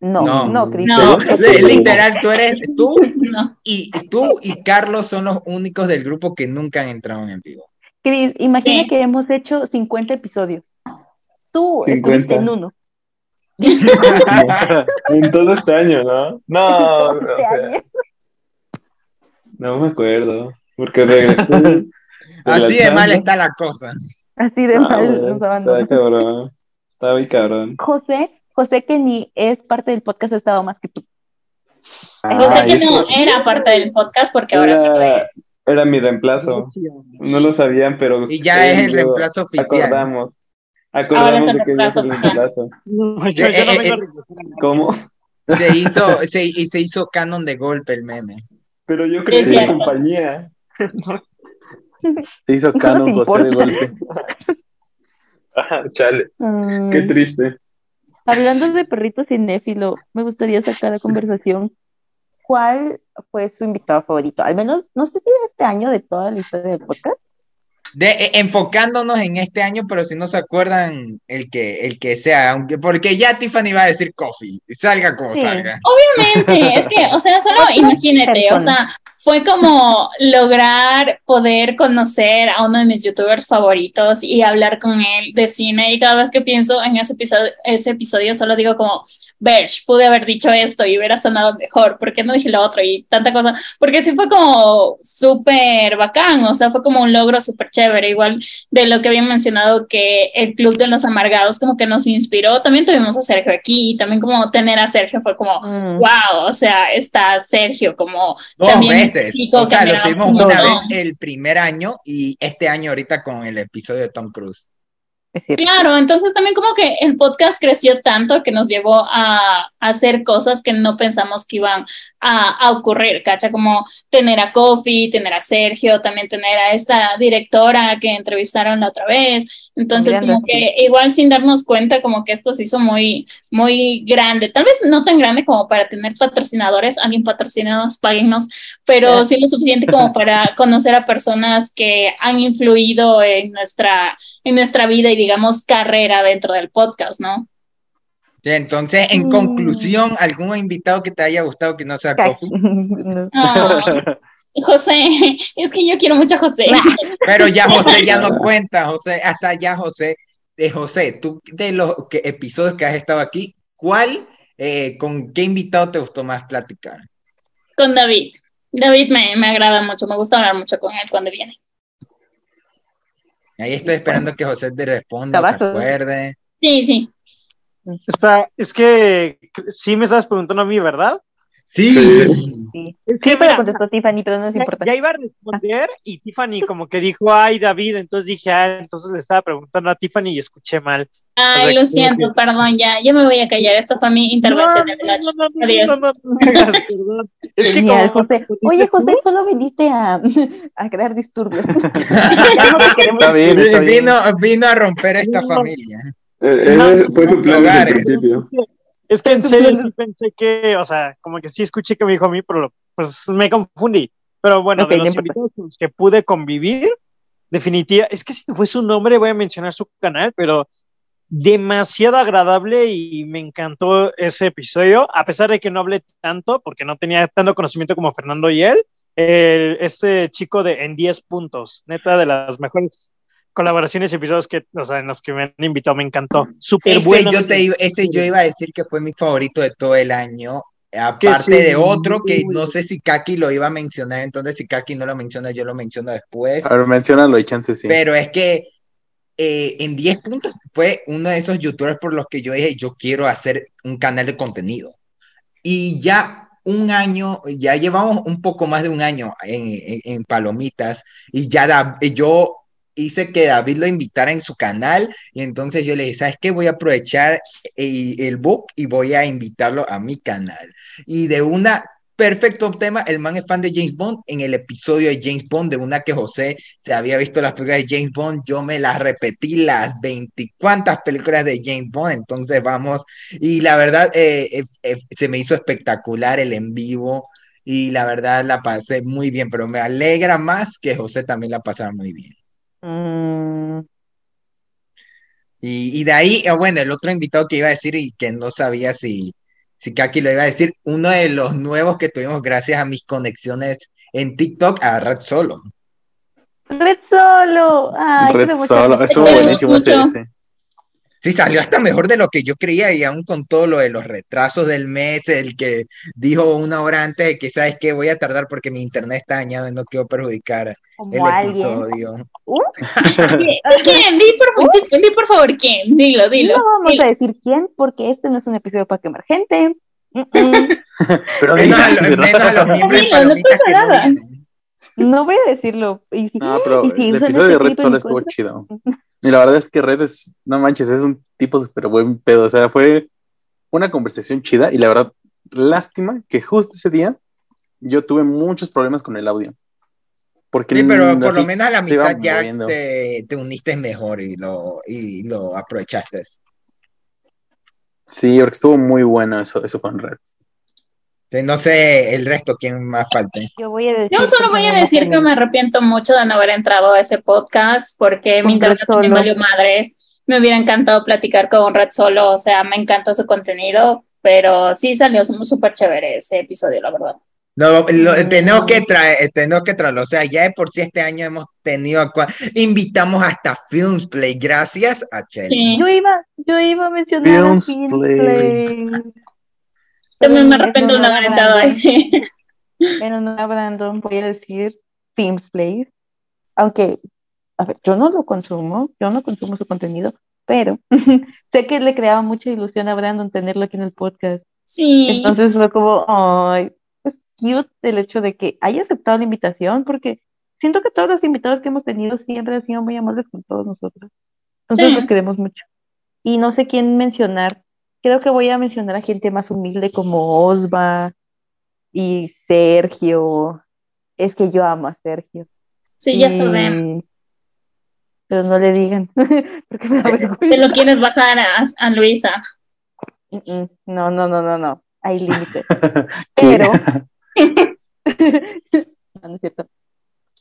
A: No,
B: No.
A: no, Cris.
C: No.
B: Tú- literal, tú eres tú
C: No.
B: y tú y Carlos son los únicos del grupo que nunca han entrado en vivo.
A: Cris, imagina
C: Sí.
A: que hemos hecho 50 episodios. Tú
D: 50.
A: estuviste en uno.
D: En todo este año, ¿no? No, o
A: Este
D: sea,
A: año.
D: no me acuerdo. Porque regresé. de la
B: Así de mal
D: chamba.
B: está la cosa.
A: Así de
D: Ah,
A: mal
D: bueno,
A: nos abandonó.
D: Está cabrón. Está muy cabrón.
A: José, José que ni es parte del podcast ha estado más que tú.
C: O sea
E: Ah,
C: que
E: es
C: no era parte del podcast porque ahora sí.
D: Era, era mi reemplazo. No lo sabían, pero.
B: Y ya es
D: él y
B: el
D: yo
B: reemplazo oficial.
D: Acordamos. Acordamos
C: el
D: de que yo soy el
C: reemplazo oficial.
D: reemplazo.
F: No, yo, yo no vengo a regresar a nada.
D: ¿Cómo?
B: Se hizo, se, y se hizo canon de golpe el meme.
D: Pero yo
C: Es
D: crecí en
C: cierto.
D: compañía.
E: Se hizo
A: No
E: canon
A: nos
E: José de
A: importa.
E: golpe.
D: Ah, chale,
A: Mm,
D: qué triste.
A: hablando de perrito cinéfilo, me gustaría sacar la conversación. ¿Cuál fue su invitado favorito? Al menos, no sé si de este año, de toda la historia del podcast.
B: De, eh, enfocándonos en este año, pero si no se acuerdan, el que, el que sea, aunque, porque ya Tiffany va a decir coffee, salga como
A: Sí.
B: salga.
C: Oh, Obviamente, es que, o sea, solo
A: Otra
C: imagínate, o sea,
A: persona.
C: fue como lograr poder conocer a uno de mis youtubers favoritos y hablar con él de cine. Y cada vez que pienso en ese episodio, ese episodio solo digo como, Bersh, pude haber dicho esto y hubiera sonado mejor, ¿por qué no dije lo otro? Y tanta cosa, porque sí fue como súper bacán, o sea, fue como un logro súper chévere, igual de lo que habían mencionado que el Club de los Amargados como que nos inspiró, también tuvimos a Sergio aquí y también como tener a Sergio fue como,
A: Mm.
C: wow, o sea, está Sergio como...
B: Dos
C: también un
B: veces.
C: chico
B: O
C: que
B: sea, lo
C: admiraba
B: tuvimos
C: mucho,
B: una
C: ¿no?
B: vez el primer año y este año ahorita con el episodio de Tom Cruise.
A: Es cierto.
C: Claro, entonces también como que el podcast creció tanto que nos llevó a, a hacer cosas que no pensamos que iban a, a ocurrir, ¿cacha? Como tener a Kofi, tener a Sergio, también tener a esta directora que entrevistaron la otra vez. Entonces
A: Miranda,
C: como que igual sin darnos cuenta como que esto se hizo muy, muy grande. Tal vez no tan grande como para tener patrocinadores, alguien patrocinados, páguennos, pero sí lo suficiente como para conocer a personas que han influido en nuestra en nuestra vida y digamos carrera dentro del podcast, ¿no?
B: Sí, Entonces, en
A: Mm.
B: conclusión, ¿algún invitado que te haya gustado que no sea
A: Caqui.
B: Kofi?
A: No.
C: Ah, José, es que yo quiero mucho a José.
B: Pero ya José ya no cuenta, José, hasta ya José, de José, tú de los que- episodios que has estado aquí, ¿cuál, eh, con qué invitado te gustó más platicar?
C: Con David. David me, me agrada mucho, me gusta hablar mucho con él cuando viene.
B: Ahí estoy esperando que José te responda, se
A: Tabazo.
B: acuerde.
C: Sí, sí.
F: Espera, es que sí me estabas preguntando a mí, ¿verdad?
B: Sí.
A: Sí,
F: Es que
A: sí
F: mira,
A: pero contestó Tiffany, pero no nos
F: ya,
A: importa.
F: ya iba a responder y Tiffany como que dijo, ay David, entonces dije, ah, entonces le estaba preguntando a Tiffany y escuché mal.
C: Ay, lo siento, perdón, ya, yo me voy a callar. Esta fue mi intervención de la noche.
F: No, no, no,
C: Adiós.
F: no, no, no, no, no, perdón. Es que
A: Genial,
F: como-
A: José. Oye, José, solo veniste a, a crear disturbios. ya Ah, no te queremos.
E: Está bien, está bien.
B: Vino, vino a romper esta familia.
D: Eh, ese fue su plan desde el
B: Hogares.
D: principio.
F: Es que en serio sí pensé que, o sea, como que sí escuché que me dijo a mí, pero lo- pues me confundí. Pero bueno,
A: Ok,
F: de
A: no
F: los
A: importa.
F: invitados con los que pude convivir, definitiva, es que si fue su nombre voy a mencionar su canal, pero demasiado agradable y me encantó ese episodio, a pesar de que no hablé tanto, porque no tenía tanto conocimiento como Fernando y él, el- este chico de En 10 puntos, neta, de las mejores colaboraciones y episodios que, o sea, en los que me han invitado, me encantó. Súper
B: Ese,
F: bueno.
B: yo te iba, ese yo iba a decir que fue mi favorito de todo el año. Aparte
F: Que sí,
B: de otro que
F: muy-
B: no sé si Kaki lo iba a mencionar, entonces si Kaki no lo menciona, yo lo menciono después.
E: A ver, menciónalo y chance sí.
B: Pero es que eh, en 10 puntos fue uno de esos youtubers por los que yo dije, yo quiero hacer un canal de contenido. Y ya un año, ya llevamos un poco más de un año en, en- en Palomitas y ya Da- yo hice que David lo invitara en su canal y entonces yo le dije, ¿sabes qué? Voy a aprovechar el, el book y voy a invitarlo a mi canal. Y de una... Perfecto tema, el man es fan de James Bond. En el episodio de James Bond, de una que José se había visto las películas de James Bond, yo me las repetí las veinticuantas películas de James Bond, entonces vamos, y la verdad eh, eh, eh, se me hizo espectacular el en vivo y la verdad la pasé muy bien, pero me alegra más que José también la pasara muy bien.
A: Mm,
B: Y, y de ahí, eh, bueno, el otro invitado que iba a decir y que no sabía si, si Kaki lo iba a decir, uno de los nuevos que tuvimos gracias a mis conexiones en TikTok, a Red Solo.
A: Red Solo. Ay,
E: Red
A: quiero mucho a
E: Solo,
A: Red
E: estuvo
A: Solo.
E: buenísimo ese.
C: Mucho.
E: ese.
B: Sí, salió hasta mejor de lo que yo creía y aún con todo lo de los retrasos del mes, el que dijo una hora antes de que, ¿sabes qué? Voy a tardar porque mi internet está dañado y no quiero perjudicar el
A: Como alguien.
B: episodio.
C: ¿Quién? ¿Quién? Di por, favor- di por favor, ¿quién? Dilo, dilo.
A: No vamos
C: dilo.
A: a decir quién, porque este no es un episodio para quemar gente. Mm-mm.
E: Pero
B: Menos a,
E: digas,
B: lo-
E: ¿verdad?
B: menos a los miembros de
C: Dilo, no
B: Palomitas que no
A: pasa nada.
B: vienen.
A: No voy a decirlo. Y si-
E: No, pero
A: y si
E: el
A: usan
E: episodio de
A: este
E: Red
A: tipo
E: Solo
A: en
E: estuvo
A: contra-
E: chido. Y la verdad es que Red es, no manches, es un tipo súper buen pedo. O sea, fue una conversación chida y la verdad, lástima que justo ese día yo tuve muchos problemas con el audio. Porque
B: Sí, pero por lo
E: así
B: menos a la
E: se iba
B: mitad ya
E: moviendo.
B: te, te uniste mejor y lo, y lo aprovechaste.
E: Sí, porque estuvo muy bueno eso, eso con Red.
B: Entonces, No sé el resto, ¿quién más falta?
A: Yo voy a decir.
C: Yo solo voy a decir que me arrepiento mucho de no haber entrado a ese podcast porque mi
A: Con
C: internet
A: Red
C: también
A: Solo.
C: valió madres. Me hubiera encantado platicar con Red Solo, o sea, me encanta su contenido, pero sí salió súper chévere ese episodio, la verdad.
B: No, lo- tenemos que traer, eh, tenemos que traerlo. O sea, ya de por sí este año hemos tenido a cua- invitamos hasta Filmsplay, gracias a Chely.
C: Sí.
A: Yo iba, yo iba a mencionar a
E: Films Play.
A: Filmplay.
C: También me
A: Pero
C: arrepiento de
A: no
C: no haber entrado a
A: habrá-
C: ese.
A: Pero no a Brandon voy a decir Films Place. Aunque, a ver, yo no lo consumo, yo no consumo su contenido, pero sé que le creaba mucha ilusión a Brandon tenerlo aquí en el podcast.
C: Sí.
A: Entonces fue como, ay, es cute el hecho de que haya aceptado la invitación, porque siento que todos los invitados que hemos tenido siempre han sido muy amables con todos nosotros. Entonces
C: Sí.
A: los queremos mucho. Y no sé quién mencionar. Creo que voy a mencionar a gente más humilde como Osva y Sergio. Es que yo amo a Sergio.
C: Sí, ya
A: Y-
C: sabemos.
A: Pero no le digan, porque me da
C: Te
A: vergüenza.
C: lo quieres bajar a, a Luisa.
A: Mm, mm. No, no, no, no, no. Hay límites.
E: ¿Qué?
A: Pero No, no es cierto.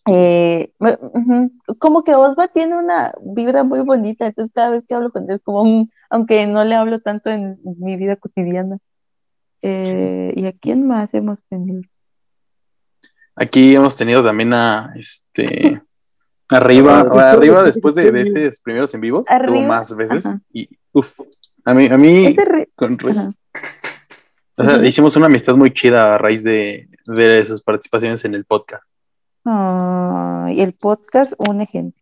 A: Eh, me- ujú, como que Osva tiene una vibra muy bonita, entonces cada vez que hablo con él es como, un- aunque no le hablo tanto en mi vida cotidiana. Eh, ¿y a quién más hemos tenido?
E: Aquí hemos tenido también a este arriba,
A: Ah, este
E: arriba después de, de esos primeros en vivos, estuvo
A: Arriba,
E: más veces
A: ajá.
E: y uff, a mí, a mí
A: Este re-
E: con-
A: ajá.
E: o sea, hicimos una amistad muy chida a raíz de, de sus participaciones en el podcast.
A: Ah, y el podcast une gente.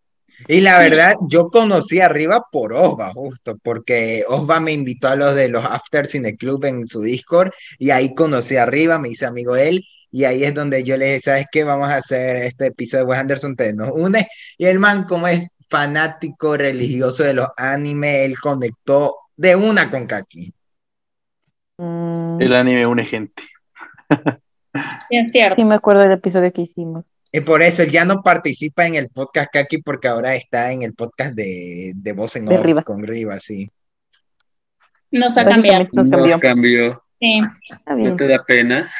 B: Y la verdad, yo conocí arriba por Osva, justo, porque Osva me invitó a los de los After Cine Club en su Discord, y ahí conocí a arriba, me hice amigo de él, y ahí es donde yo le dije, ¿sabes qué? Vamos a hacer este episodio de Wes Anderson, te nos une. Y el man, como es fanático religioso de los animes, él conectó de una con Kaki.
A: Mm,
E: El anime une gente.
C: Sí, es cierto.
A: sí me acuerdo del episodio que hicimos.
B: Y por eso él ya no participa en el podcast Kaki, porque ahora está en el podcast de, de Voz en
A: De
B: Off
A: Riva.
B: con Riva, sí.
C: Nos ha cambiado.
A: Básicamente nos cambió.
D: cambió.
C: Sí.
A: Está
D: ¿No
A: bien.
D: te da pena?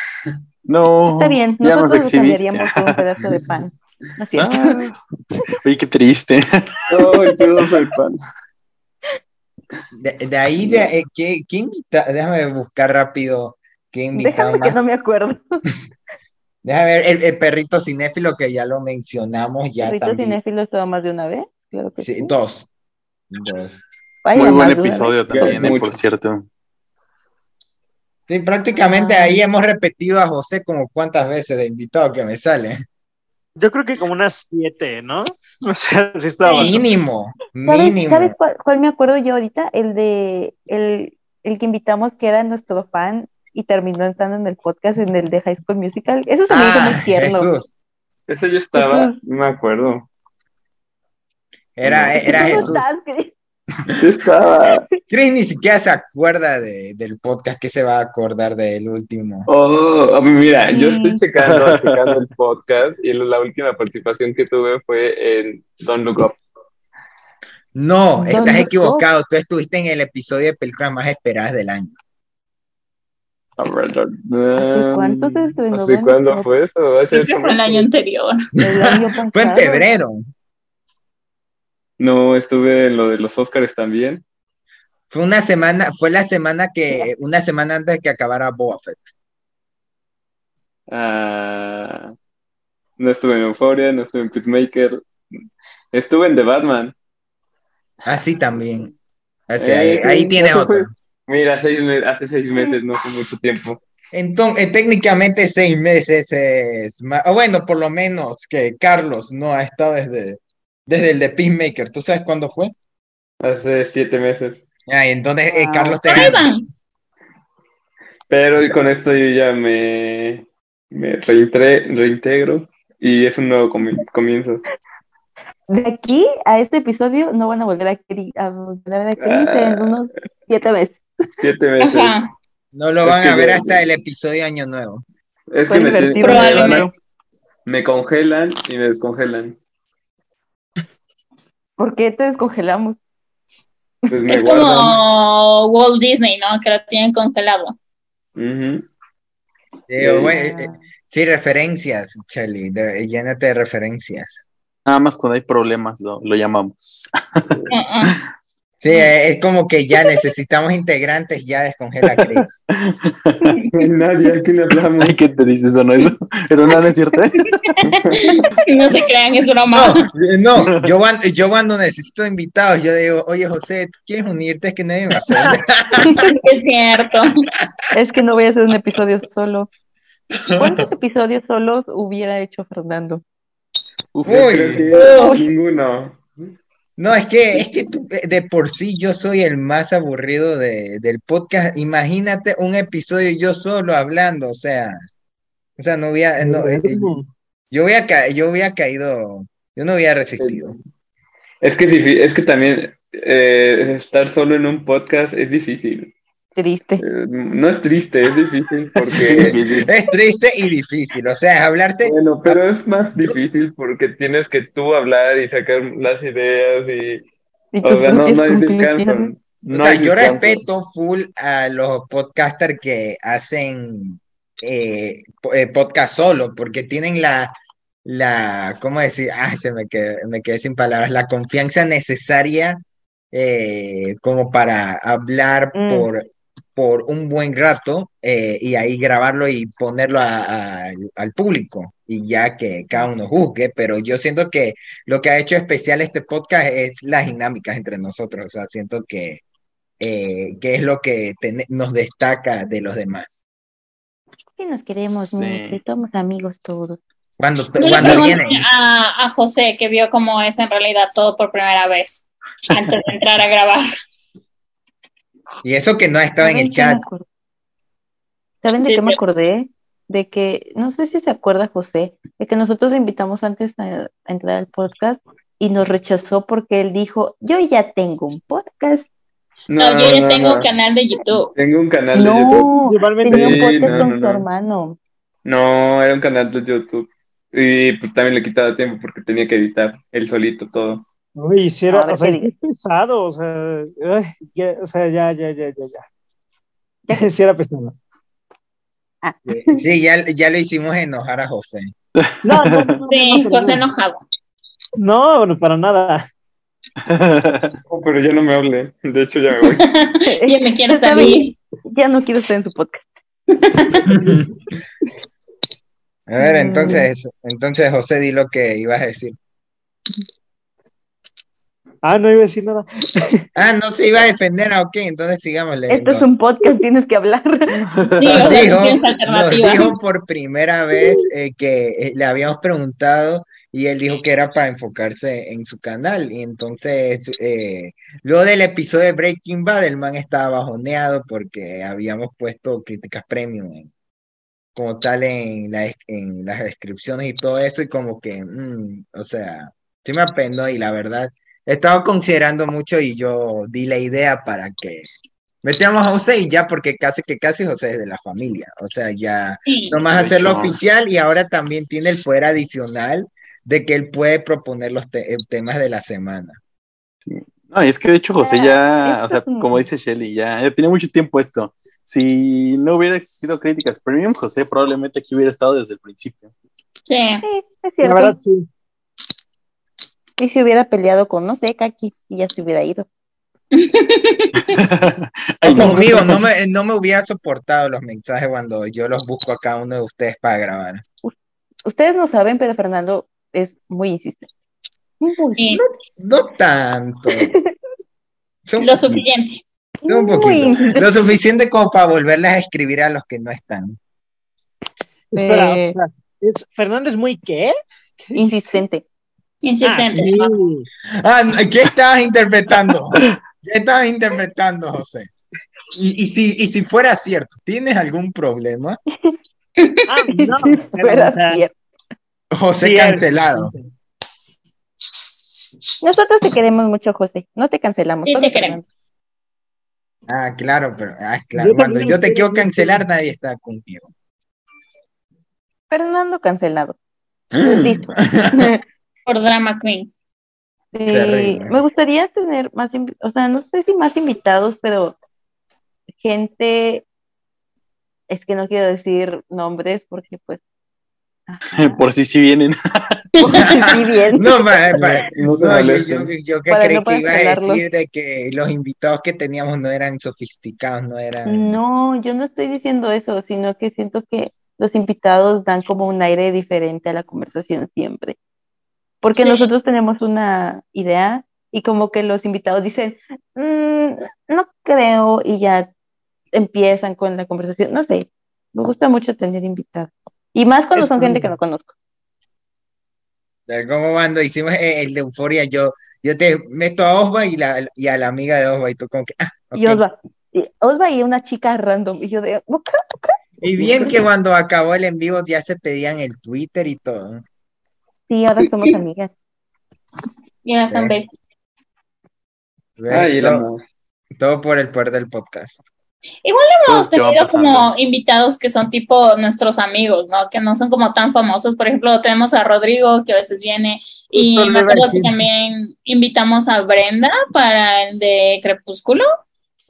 E: No,
A: Está bien,
E: ya nos
A: nosotros lo
E: exhibiste.
A: cambiaríamos por un pedazo de pan. No es cierto.
E: Ah, oye, qué triste.
D: No, el pedo es el pan.
B: De, de ahí, de, eh, ¿qué, qué invita? Déjame buscar rápido qué invitado
A: Déjame que
B: más.
A: no me acuerdo.
B: Déjame ver el, el perrito cinéfilo que ya lo mencionamos, ya
A: Perrito
B: también.
A: cinéfilo estaba más de una vez, claro que
B: Sí,
A: sí.
B: dos. Dos.
A: Vaya,
E: Muy buen
A: más de una vez.
E: episodio
D: Ya es
E: también, eh,
D: mucho.
E: por cierto.
B: Sí, prácticamente
A: Ah.
B: ahí hemos repetido a José como cuántas veces de invitado que me sale.
F: Yo creo que como unas siete, ¿no? O sea, sí estaba. bastante.
B: Mínimo,
A: ¿Sabes,
B: mínimo.
A: sabes cuál, cuál me acuerdo yo ahorita? El de el, el que invitamos que era nuestro fan y terminó entrando en el podcast en el de High School Musical. Eso se me hizo
B: Ah,
A: muy tierno.
B: Jesús.
D: Ese yo estaba,
A: Ujú.
D: no me acuerdo.
B: Era, era
A: ¿Cómo
B: Jesús.
A: estás, Cris?
D: Yo estaba.
B: Chris ni siquiera se acuerda de- del podcast que se va a acordar del último.
D: Oh, mira, yo
A: Mm.
D: estoy checando, checando el podcast y la última participación que tuve fue en Don't Look Up.
B: No,
A: ¿Dónde
B: estás
A: estuvo?
B: equivocado. Tú estuviste en el episodio de películas más esperadas del año.
D: ¿Hace
A: cuánto se estrenó Don't
D: ¿Hace
A: Look
D: cuándo
A: Up?
D: fue eso? Hace
C: Creo que
D: ocho
C: fue el
D: meses.
C: año anterior.
A: El año pasado.
B: Fue en febrero.
D: No, estuve en lo de los Oscars también.
B: Fue una semana, fue la semana que, una semana antes de que acabara Boba Fett.
D: Ah, no estuve en Euphoria, no estuve en Peacemaker. Estuve en The Batman.
B: Así también. Así,
D: Eh,
B: ahí,
D: sí,
B: ahí tiene
D: eso
B: otro.
D: fue. Mira, seis me- hace seis meses, no fue mucho tiempo.
B: Entonces, eh, técnicamente seis meses es ma- o bueno, por lo menos que Carlos no ha estado desde, desde el de Peacemaker. ¿Tú sabes cuándo fue?
D: Hace siete meses.
B: Ah, entonces eh,
A: Wow.
B: Carlos te
C: Por ahí van.
D: Pero con esto yo ya me, me reintre- reintegro y es un nuevo comi- comienzo.
A: De aquí a este episodio no van a volver a Cris, a volver a ver a Cris en
D: Ah.
A: unos siete meses.
D: Siete meses.
C: Ajá.
B: no lo
D: Es
B: van
D: que
B: a ver
D: yo-
B: hasta el episodio Año Nuevo.
D: Es
A: Fue
D: que me,
A: divertido.
D: me
C: Probablemente.
D: van a- me congelan y me descongelan.
A: ¿Por qué te descongelamos?
D: Pues me
C: Es
D: guardan.
C: como Walt Disney, ¿no? Que lo tienen congelado.
D: Ujú.
B: Eh,
D: Sí.
B: bueno,
A: Ah,
B: eh, sí, referencias, Charlie, de- eh, llénate de referencias.
E: Nada más cuando hay problemas lo, lo llamamos.
C: Ah, ah.
B: Sí, eh, es es como que ya necesitamos integrantes, ya descongela Chris.
D: No hay nadie a quien le hablamos.
E: Ay, qué triste sonó eso. Pero no, no es cierto. ¿eh?
C: No se crean, es broma.
B: No, eh, no, yo cuando, yo cuando necesito invitados, yo digo, oye José, ¿tú quieres unirte? Es que nadie me acepta.
C: Es cierto.
A: Es que no voy a hacer un episodio solo. ¿Cuántos episodios solos hubiera hecho Fernando?
E: Uf,
B: Uy.
D: Creo que ninguno.
B: No, es que, es que tú- eh, de por sí yo soy el más aburrido de, del podcast. Imagínate un episodio yo solo hablando, o sea, o sea, no había, no, eh, eh, yo había, ca- yo había caído, yo no había resistido.
D: Es que, es difí- es que también eh, estar solo en un podcast es difícil.
A: Triste.
D: Eh, no es triste, es difícil
E: qué
D: porque...
E: difícil.
B: Es triste y difícil, o sea, hablarse,
D: Bueno, pero es más difícil porque tienes que tú hablar y sacar las ideas y...
A: Y
D: O
A: tus
D: sea, no, no
A: propias
D: hay descanso.
A: conclusiones.
B: o
D: No
B: sea,
D: hay
B: yo
D: descanso.
B: respeto full a los podcasters que hacen eh, po- eh, podcast solo, porque tienen la, la, ¿cómo decir? Ah, se me quedé, me quedé sin palabras, la confianza necesaria eh, como para hablar
A: Mm.
B: por, por un buen rato eh, y ahí grabarlo y ponerlo a- a- al- al público y ya que cada uno juzgue, pero yo siento que lo que ha hecho especial este podcast es las dinámicas entre nosotros, o sea, siento que, eh, que es lo que ten- nos destaca de los demás.
A: Sí, nos queremos
E: Sí.
A: mucho y somos amigos todos.
B: Cuando,
C: Yo le
B: cuando
C: pregunté
B: vienen.
C: a, a José que vio cómo es en realidad todo por primera vez antes de entrar a grabar.
B: Y eso que no ha estado en
A: ¿Saben
B: el
A: qué
B: chat.
A: me acordé? ¿Saben de
C: Sí,
A: qué me
C: sí.
A: acordé? De que, no sé si se acuerda José, de que nosotros le invitamos antes a, a entrar al podcast y nos rechazó porque él dijo, yo ya tengo un podcast.
C: No, yo ya
D: no,
C: tengo un
D: no.
C: canal de YouTube.
D: Tengo un canal de YouTube.
A: No,
F: Igualmente.
A: tenía un
D: Sí,
A: podcast
D: no,
A: con
D: no,
A: su
D: no.
A: hermano.
D: No, era un canal de YouTube. Y pues también le quitaba tiempo porque tenía que editar él solito todo.
F: Uy, hicieron,
A: Ahora
F: o sea,
A: sí.
F: qué pesado, o sea, ay, ya, o sea, ya, ya, ya, ya, ya. Ya sí era pesado.
B: Eh, Sí, ya, ya lo hicimos enojar a José.
F: No, no, no, no, no,
C: Sí,
F: no,
C: José
F: no,
C: enojado.
F: no, no, para nada.
D: Oh, pero ya no me hablé. De hecho, ya me voy.
F: Eh,
C: Yo me quiero
A: Está
C: salir.
A: Ya no quiero estar en su podcast.
B: A ver,
A: Mm.
B: entonces, entonces José, di lo que ibas a decir.
F: Ah, no iba a decir nada.
B: Ah, no se iba a defender, ah, ok, entonces sigamos
A: Esto
B: leyendo.
A: es un podcast, tienes que hablar.
C: Sí, o sea,
B: nos dijo,
C: tienes
B: nos
C: alternativa.
B: dijo por primera vez eh, que eh, le habíamos preguntado y él dijo que era para enfocarse en su canal. Y entonces, eh, luego del episodio de Breaking Bad, el man estaba bajoneado porque habíamos puesto críticas premium en- como tal en, la des- en las descripciones y todo eso. Y como que, mm, o sea, sí me apendo y la verdad, he estado considerando mucho y yo di la idea para que Metemos a José y ya, porque casi que casi José es de la familia. O sea, ya
C: Sí.
B: nomás
E: De
B: hacerlo
E: hecho.
B: oficial y ahora también tiene el poder adicional de que él puede proponer los te- eh, temas de la semana.
E: No, y es que de hecho José ya,
A: esto
E: o sea,
A: es un-
E: como dice Shelly, ya, ya tiene mucho tiempo esto. Si no hubiera existido críticas premium, José probablemente aquí hubiera estado desde el principio.
A: Sí,
C: Sí.
A: es
F: La
A: cierto.
F: verdad, sí.
A: Y si hubiera peleado con, no sé, Kaki, y ya se hubiera ido.
E: Ay, no.
B: Conmigo, no me, no me hubiera soportado los mensajes cuando yo los busco a cada uno de ustedes para grabar.
A: Ustedes no saben, pero Fernando es muy insistente. Muy,
C: Sí,
B: No tanto. Son
C: lo suficiente.
B: un
A: muy
B: poquito.
A: insistente.
B: Lo suficiente como para volverles a escribir a los que no están.
F: Espera,
A: Eh.
F: espera. ¿Es, ¿Fernando es muy qué?
A: insistente.
F: Ah,
C: Insistente.
F: sí.
B: Ah, ¿qué estabas interpretando? ¿Qué estabas interpretando, José? Y, y si, y si fuera cierto, ¿tienes algún problema?
F: Ah, no,
A: Si
F: pero,
A: fuera
F: o sea,
A: cierto.
B: José
F: sí,
B: cancelado.
A: Nosotros te queremos mucho, José. No te cancelamos.
C: Sí,
A: solo
C: te queremos.
B: Ah, claro, pero ah, claro.
F: Yo
B: cuando
F: también
B: yo te
F: quiero
B: quiero
F: mucho.
B: cancelar, nadie está contigo.
A: Fernando Fernando cancelado. Listo.
C: Por Drama Queen.
A: Sí,
B: Terrible.
A: me gustaría tener más, invi- o sea, no sé si más invitados, pero gente, es que no quiero decir nombres porque pues Ajá.
E: Por si sí vienen.
A: Sí, bien.
B: No, ma- eh, pa-
E: No te
B: no, yo,
E: molesten.
B: yo- yo que
A: Para
B: creí
A: no
B: que ibas a
A: cancelarlo.
B: decir de que los invitados que teníamos no eran sofisticados, no
A: Mm.
B: eran.
A: No, yo no estoy diciendo eso, sino que siento que los invitados dan como un aire diferente a la conversación siempre. Porque
C: Sí.
A: nosotros tenemos una idea y como que los invitados dicen, "Mm, no creo, y ya empiezan con la conversación. No sé, me gusta mucho tener invitados. Y más cuando
E: Es
A: son gente
E: como-
A: que no conozco.
B: ¿Cómo cuando hicimos eh, el de Euforia? Yo, yo te meto a Osva y, la, y a la amiga de Osva y tú como que, ah,
A: Y
B: ok.
A: Osva, y Osva y una chica random, y yo de, "Ok".
B: Y bien que cuando acabó el en vivo ya se pedían el Twitter y todo.
A: sí, ahora somos amigas.
C: Y ahora son
B: Ok.
C: bestias.
B: ¿Ves?
E: Ay, el
B: todo,
E: amor.
B: todo por el poder del podcast.
C: hemos
E: Cosas que van
C: tenido como
E: pasando.
C: invitados que son tipo nuestros amigos, ¿no? Que no son como tan famosos. Por ejemplo, tenemos a Rodrigo, que a veces viene, y
F: Justo
C: me
F: le iba a
C: acuerdo que
F: decir.
C: también invitamos a Brenda para el de Crepúsculo.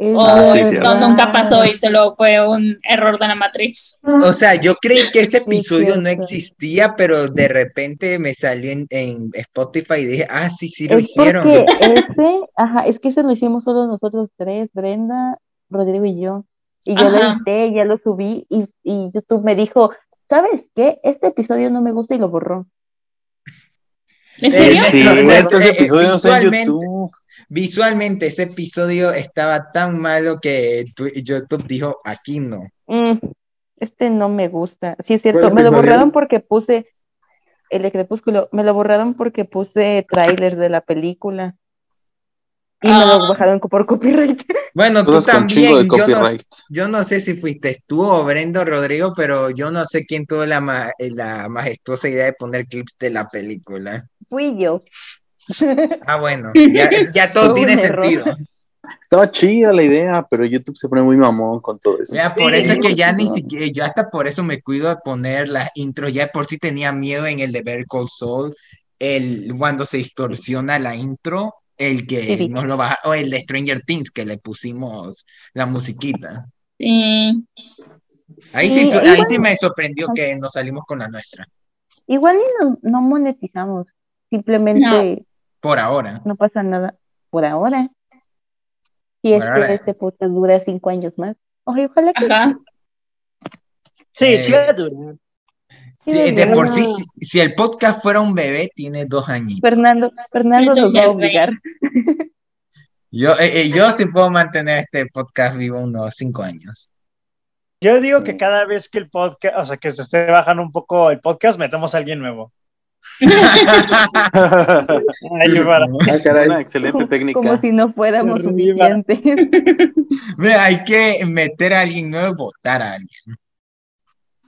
C: O
E: Ah, sí,
C: eso
E: cierto.
C: nunca
F: Ah.
C: pasó y solo fue un error de la Matrix.
B: O sea, yo creí que ese episodio no
A: cierto.
B: existía, pero de repente me salió en, en Spotify y dije, ah, sí, sí lo
A: Es
B: hicieron.
A: porque ese, ajá, es que ese lo hicimos solo nosotros tres, Brenda, Rodrigo y yo. Y yo lo
C: Ajá.
A: edité, ya lo subí y, y YouTube me dijo, ¿sabes qué? Este episodio no me gusta y lo borró.
C: ¿En
B: Sí,
E: Sí,
C: serio?
B: sí,
E: Eh, sí,
B: claro.
E: ese
B: Eh, eh,
E: episodio no está en
B: visualmente.
E: YouTube.
B: Visualmente ese episodio estaba tan malo que tu- YouTube dijo, aquí no.
A: Mm, este no me gusta. Sí, es cierto,
D: ¿Cuál
A: me lo
D: episodio?
A: borraron porque puse el de Crepúsculo, me lo borraron porque puse trailers de la película. Y me lo
C: Ah.
A: bajaron por copyright.
B: Bueno, tú
E: Cosas con chingo de
B: también, yo no,
E: copyright.
B: yo no sé si fuiste tú o Brendo Rodrigo, pero yo no sé quién tuvo la, ma- la majestuosa idea de poner clips de la película.
A: Fui yo.
B: Ah, bueno, ya, ya todo
A: Fue un
B: tiene
A: error.
B: sentido.
E: Estaba chida la idea, pero YouTube se pone muy mamón con todo eso.
B: Mira, por
C: Sí.
B: eso es que ya ni siquiera, yo hasta por eso me cuido de poner las intros, ya de por si tenía miedo en el de Better Call Saul, el cuando se distorsiona la intro, el que
A: Sí.
B: nos lo baja, o el de Stranger Things que le pusimos la musiquita.
C: Sí.
B: Ahí
A: Sí, y
B: sí, ahí
A: bueno.
B: sí me sorprendió que nos salimos con la nuestra,
A: Igual y no, no monetizamos, simplemente
B: por ahora.
A: no. pasa nada por ahora. Si
B: Por
A: es
B: ahora.
A: que este podcast dura cinco años más. Oye, ojalá que
C: Ajá.
F: Sí, sí
B: Eh,
F: va a durar.
B: Sí,
A: de
B: de por sí,
A: verdad.
B: si, si el podcast fuera un bebé, tiene dos añitos.
A: Fernando, Fernando nos va a
C: Fernando.
A: obligar.
B: Yo, eh, eh, yo sí puedo mantener este podcast vivo unos cinco años.
F: Yo digo que cada vez que el podcast, o sea, que se esté bajando un poco el podcast, metamos a alguien nuevo. Ay, yo para-
E: Ah, caray. Una
A: Como-
E: excelente técnica.
A: Como si no fuéramos
F: Arriba.
A: suficientes.
B: Mira, hay que meter a alguien nuevo, votar a alguien.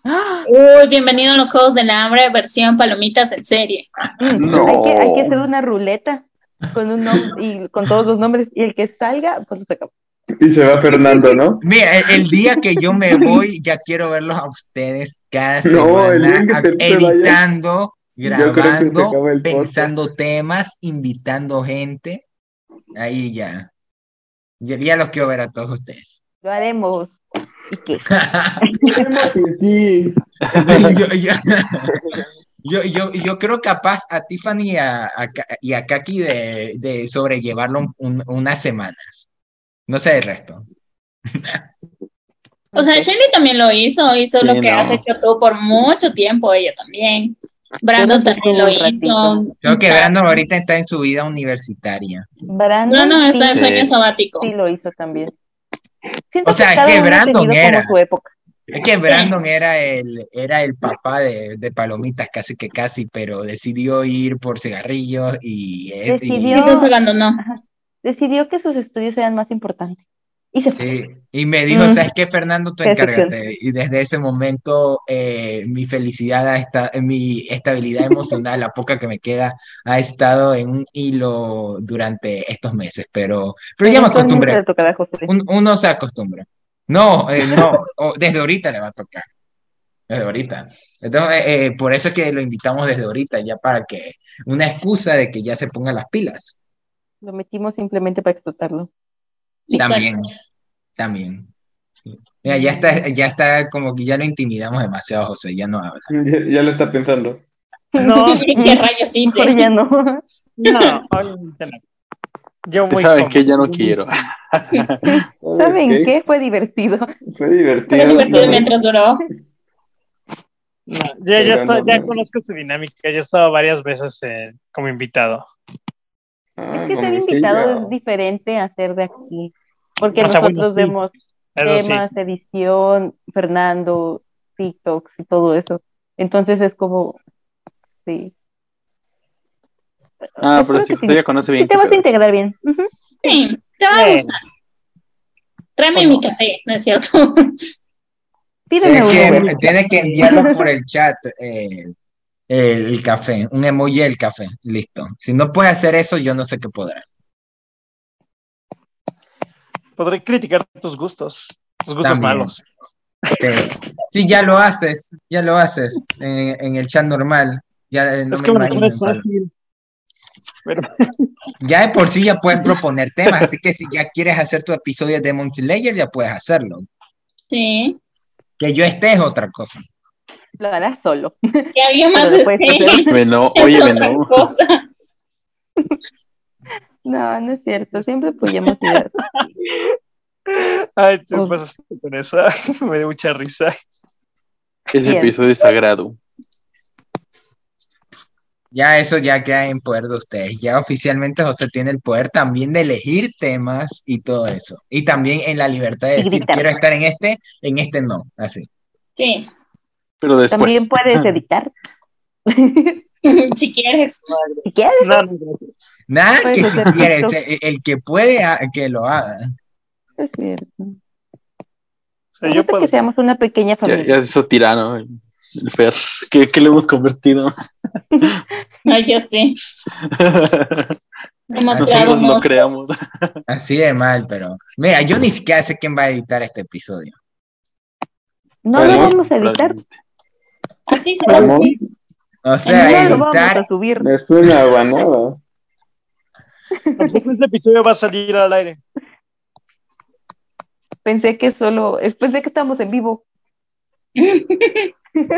A: ¡Ah!
C: Uy, bienvenido a los Juegos del Hambre, versión palomitas en serie.
A: Mm,
E: No.
A: Hay, que, hay que hacer una ruleta con un nom- y con todos los nombres y el que salga, pues lo sacamos.
D: Y se va Fernando, ¿no?
B: Mira, el, el día que yo me voy, ya quiero verlos a ustedes cada
D: No, el
B: semana
D: día en que te-
B: a-
D: te vayas,
B: editando,
D: yo creo que se
B: grabando,
D: acaba el podcast.
B: pensando temas, invitando gente. Ahí ya. Ya, ya los quiero ver a todos ustedes.
A: Lo haremos. ¿Y qué?
D: Sí,
B: yo, yo- yo- yo- yo creo capaz a Tiffany y a, a Ka- y a Kaki de, de sobrellevarlo un- unas semanas. No sé el resto.
C: O sea, Shelly también lo hizo, hizo
E: Sí,
C: lo que
E: no.
C: has hecho tú por mucho tiempo, ella también. Brandon
A: Yo no sé
C: también
A: si
C: lo
A: un ratito.
C: hizo.
B: Creo que Brandon ahorita está en su vida universitaria.
A: Brandon
C: Brandon está en
A: sí,
C: sueño
E: Sí.
C: sabático.
A: sí lo hizo también. Siento
B: O sea,
A: cada
B: que
A: uno ha
B: Brandon
A: tenido como
B: era.
A: su época.
B: Es que Brandon era el, era el papá de, de Palomitas, casi que casi, pero decidió ir por cigarrillos y... y-
C: Y
A: Decidió.
C: entonces abandonó.
A: decidió que sus estudios eran más importantes. Y se fue.
B: sí, y me dijo,
A: Mm.
B: ¿sabes qué, Fernando? Tú
A: Qué decepción.
B: encárgate. Y desde ese momento eh, mi felicidad, ha esta- mi estabilidad emocional, la poca que me queda, ha estado en un hilo durante estos meses, pero, pero ya me
A: Eventualmente
B: acostumbré.
A: le tocará a José.
B: Un- uno se acostumbra. No, eh, no, o desde ahorita le va a tocar. Desde ahorita. Entonces, eh, eh, por eso es que lo invitamos desde ahorita, ya para que una excusa de que ya se pongan las pilas.
A: Lo metimos simplemente para explotarlo.
B: También. También. Mira, ya está, ya está como que ya lo intimidamos demasiado, José, ya no habla.
D: Ya, ya lo está pensando.
F: No,
C: ¿Qué rayos hice?
A: Mejor ya no.
F: no, obviamente no. Yo muy
E: Saben
F: cómodo.
E: que ya no quiero.
A: ¿Saben
D: Ok,
A: qué? Fue divertido.
D: Fue divertido.
C: Fue divertido
D: No,
C: mientras duró.
F: No, ya, ya,
D: Pero
F: está-
D: no,
F: ya
D: no.
F: conozco su dinámica, yo he estado varias veces eh, como invitado.
D: ah,
A: Es que ser
D: mamoncillo.
A: invitado es diferente a ser de aquí, porque
F: O sea, bueno,
A: nosotros
F: sí,
A: vemos
F: Eso sí.
A: temas, edición, Fernando, TikToks y todo eso. Entonces es como, sí.
E: Ah, pero
A: Espero
E: si
A: que
E: José ya conoce
A: Sí
E: bien.
A: te vas
E: qué
A: a
E: pedo.
A: integrar bien. Ujú.
C: Sí, te va a
F: Bien.
C: gustar. Tráeme
F: ¿O no?
C: mi café, ¿no es cierto?
A: Pídele
B: Tienes
A: un
B: que,
A: Uber.
B: tienes que enviarlo por el chat eh, el, el café, un emoji del café, listo. Si no puede hacer eso, yo no sé qué podrá.
F: Podré criticar tus gustos, tus gustos
B: También.
F: malos.
B: Te- Si Eh, ya lo haces, ya lo haces en, en el chat normal. Ya eh, no
F: es
B: me
F: que me
B: imagino.
F: es
B: en Fal-
F: fácil. Pero
B: Ya de por sí ya puedes proponer temas, así que si ya quieres hacer tu episodio de Demon Slayer, ya puedes hacerlo.
C: Sí.
B: Que yo esté es otra cosa.
A: Lo harás solo.
C: Que alguien más
A: Pero después
C: esté.
A: te hacer-
E: Me no,
C: Es
E: oye, me
C: otra
E: no.
C: cosa.
A: No, no es cierto. Siempre apoyamos ideas.
F: Ay, te
A: Pues-
F: pasas con eso. Me dio mucha risa.
E: Ese
A: Bien.
E: episodio es sagrado.
B: Ya eso ya queda en poder de ustedes. Ya oficialmente José tiene el poder también de elegir temas y todo eso. Y también en la libertad de
A: Y
B: decir,
A: gritar.
B: quiero estar en este, en este no. Así.
C: Sí,
E: Pero después.
A: También puedes editar. si
C: si quieres.
A: quieres,
F: No, no, gracias.
B: Nada
A: Puedes
B: que si
A: hacer
B: quieres,
A: TikTok.
B: eh, el, que puede, ah, que lo haga.
A: es cierto.
F: O
A: Me
F: sea, yo
A: gusta
F: puedo.
A: que seamos una pequeña
E: Ya,
A: familia.
E: ya se hizo tirano. El Fer. ¿Qué, qué le hemos convertido?
C: No, yo sí. Hemos creado
E: Nosotros
C: un-
E: lo creamos.
B: Así de mal, pero. Mira, yo ni siquiera sé quién va a editar este episodio.
A: No lo
E: Pero-
A: vamos a editar.
C: Así se va a subir.
B: O sea,
A: No lo vamos
B: editar.
A: a subir.
D: Me suena a banana.
F: Tampoco este episodio va a salir al aire.
A: Pensé que solo, pensé que estamos en vivo.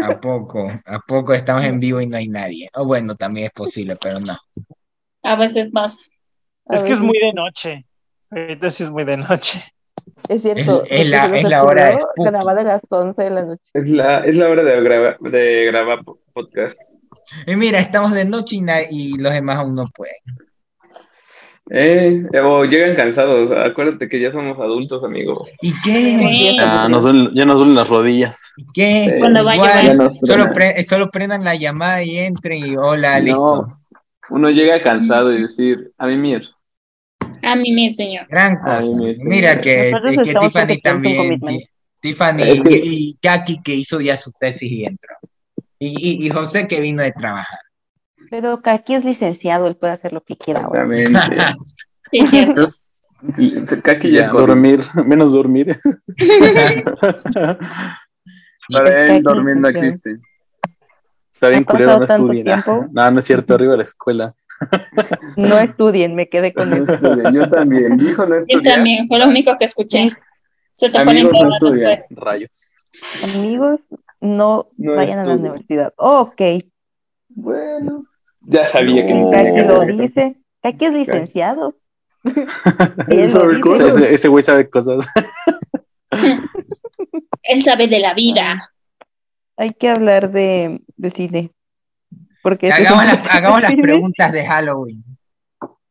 B: ¿A poco? ¿A poco estamos en vivo y no hay nadie? O bueno, también es posible, pero no.
C: A veces pasa.
A: A
F: es que
A: ver
F: es
A: si-
F: muy de noche. Ahorita sí es muy de noche.
A: es cierto.
B: Es- es
A: porque
B: la-
A: se nos
B: es la hora de
A: ocurrió
B: Spooky.
A: grabar a las 11 de la noche.
D: Es la, es la hora de, graba- de grabar po- podcast.
B: Y mira, estamos de noche y, na- y los demás aún no pueden.
D: Eh, o llegan cansados. Acuérdate que ya somos adultos, amigo.
B: ¿Y qué?
C: Sí.
E: Ah, nos duelen- ya nos duelen las rodillas.
B: ¿Qué?
D: Sí.
C: Cuando va a
B: Igual,
D: Ya
C: llegar.
D: nos
B: Solo,
D: truenan.
B: pre- eh, solo prendan la llamada y entren y hola, listo.
D: No, uno llega cansado y decir, a mí mir.
C: A mí mi señor.
B: Gran
D: Ay,
B: cosa.
D: mi señor.
B: Mira que,
A: Nosotros
B: eh, que
A: estamos
B: Tiffany
A: perfectos en
B: también,
A: commitment.
B: ti- Tiffany
D: Es que-
B: y Kaki que hizo ya su tesis y entró. Y, y- y José que vino de trabajar.
A: Pero aquí es licenciado, él puede hacer lo que quiera ahora.
D: Exactamente.
C: Sí, es cierto.
D: Kaki ya
E: Ya,
D: es jodido.
E: dormir, menos dormir.
B: Está
D: Para él
A: Kaki,
D: dormir no
A: ok.
D: existe.
E: Está bien
A: Ha pasado
E: culero, no
A: tanto
E: estudien. Ah,
A: tiempo.
E: No, no es cierto, arriba de la escuela.
A: No estudien, me quedé con eso.
D: Yo también. Dijo
C: Yo
D: no estudiar.
C: también, fue lo único que escuché. Se te ponen
D: Amigos, no
C: gordas
D: estudian.
C: después.
E: Rayos.
A: Amigos, no,
D: No
A: vayan a la
D: estudien.
A: universidad. Ok,
D: Bueno, ya sabía que
E: No.
A: Kaki lo
E: Eh,
D: no tenía que
A: dice. Kaki es licenciado.
D: Él
A: Él lo dice.
D: sabe
E: O sea,
D: cosas.
E: ese ese güey sabe cosas.
C: Él sabe de la vida.
A: Hay que hablar de, de cine. Porque este es
B: Hagamos
A: un-
B: las, hagamos las
A: cine.
B: preguntas de Halloween.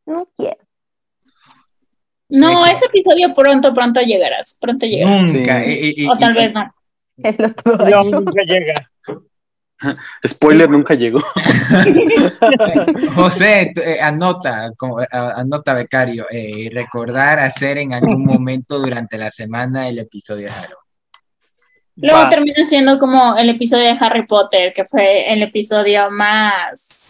A: No quiero.
C: No,
B: Hecho.
C: ese episodio pronto, pronto llegarás. Pronto llegarás.
B: Nunca. eh,
E: Sí.
B: y- y- y-
C: O tal vez no.
A: El otro
F: Yo
A: año.
F: nunca llega.
E: Spoiler, nunca llegó.
B: José, t- eh, anota, como, eh, a- anota becario, eh, recordar hacer en algún momento durante la semana el episodio de Halloween.
C: Luego
F: Va.
C: termina siendo como el episodio de Harry Potter, que fue el episodio más.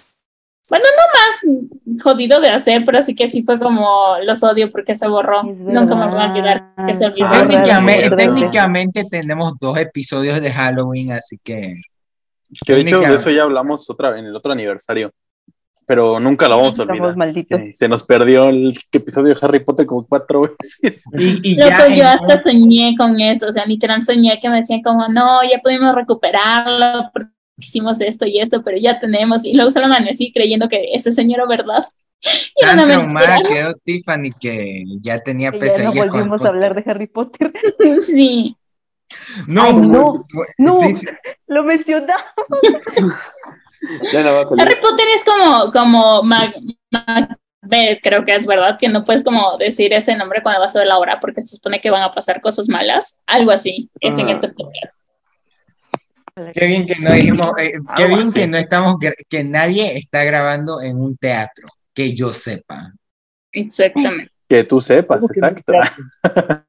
C: Bueno, no más jodido de hacer, pero sí que sí fue como los odio porque se borró.
A: Es
C: Nunca me voy a olvidar que se olvidó.
A: Ah, verdad.
B: Técnicamente,
E: verdad.
B: técnicamente tenemos dos episodios de Halloween, así que
E: Que de hecho,
B: Técnicamente.
E: de eso ya hablamos otra en el otro aniversario. pero nunca lo vamos a
A: Estamos
E: olvidar.
A: malditos.
E: Eh, Se nos perdió el episodio de Harry Potter como cuatro veces.
B: Y, y ya
C: Loco, pues, yo
B: en-
C: hasta soñé con eso, o sea, literal soñé que me decían como, no, ya pudimos recuperarlo, porque hicimos esto y esto, pero ya tenemos, y luego solo amanecí creyendo que ese sueño era verdad. Y era
B: tan
C: una
B: traumada
C: mentira.
B: quedó Tiffany que ya tenía
A: Que ya no
B: pesadillas con el
A: volvimos a hablar de Harry Potter.
C: Sí,
B: No,
A: Ay, no,
B: fue-
A: no.
B: sí, sí.
A: Lo mencionamos.
D: Ya no va a
C: Harry
D: salir.
C: Potter es como, como Mac- Macbeth, creo que es verdad, que no puedes como decir ese nombre cuando vas a ver la obra, porque se supone que van a pasar cosas malas, algo así, es en
D: Ah.
C: este podcast.
B: Qué bien que no dijimos, eh, qué
E: Algo
B: bien
E: así.
B: que no estamos, gra- que nadie está grabando en un teatro, que yo sepa.
C: Exactamente.
E: Que tú sepas,
A: Como que
E: exacto. Ah,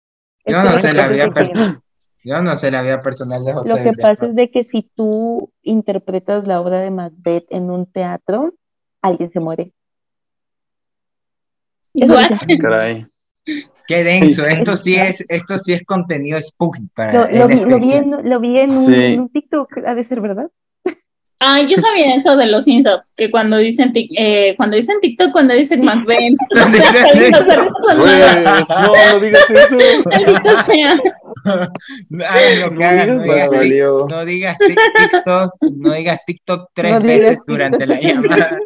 B: Yo no sé la
A: Entonces,
B: vida
A: lo que-
B: personal. Yo no sé la vida personal de José.
A: Lo que
B: Valdés.
A: pasa es de que si tú interpretas la obra de Macbeth en un teatro, alguien se muere. Eso
C: What?
A: dicen.
E: Caray.
B: Qué denso. Esto sí es, esto sí es contenido spooky para
A: Lo, lo
B: el
A: vi, lo vi
B: especial.
A: en, lo vi en un,
E: Sí.
A: en un TikTok, ha de ser verdad.
C: Ay, yo sabía eso de los Simpsons, que cuando dicen, tic- eh, cuando dicen TikTok, cuando dicen Macbeth,
B: Donde
C: o sea,
B: se-
C: los perros son
E: Güey,
C: malos.
E: no, no digas eso.
C: O sea,
B: Hagan lo que hagan, no
E: No
B: digas
E: digas
D: Ya
B: tic-
D: valió.
B: no digas tic- TikTok, no digas TikTok tres
A: No digas
B: veces durante la llamada.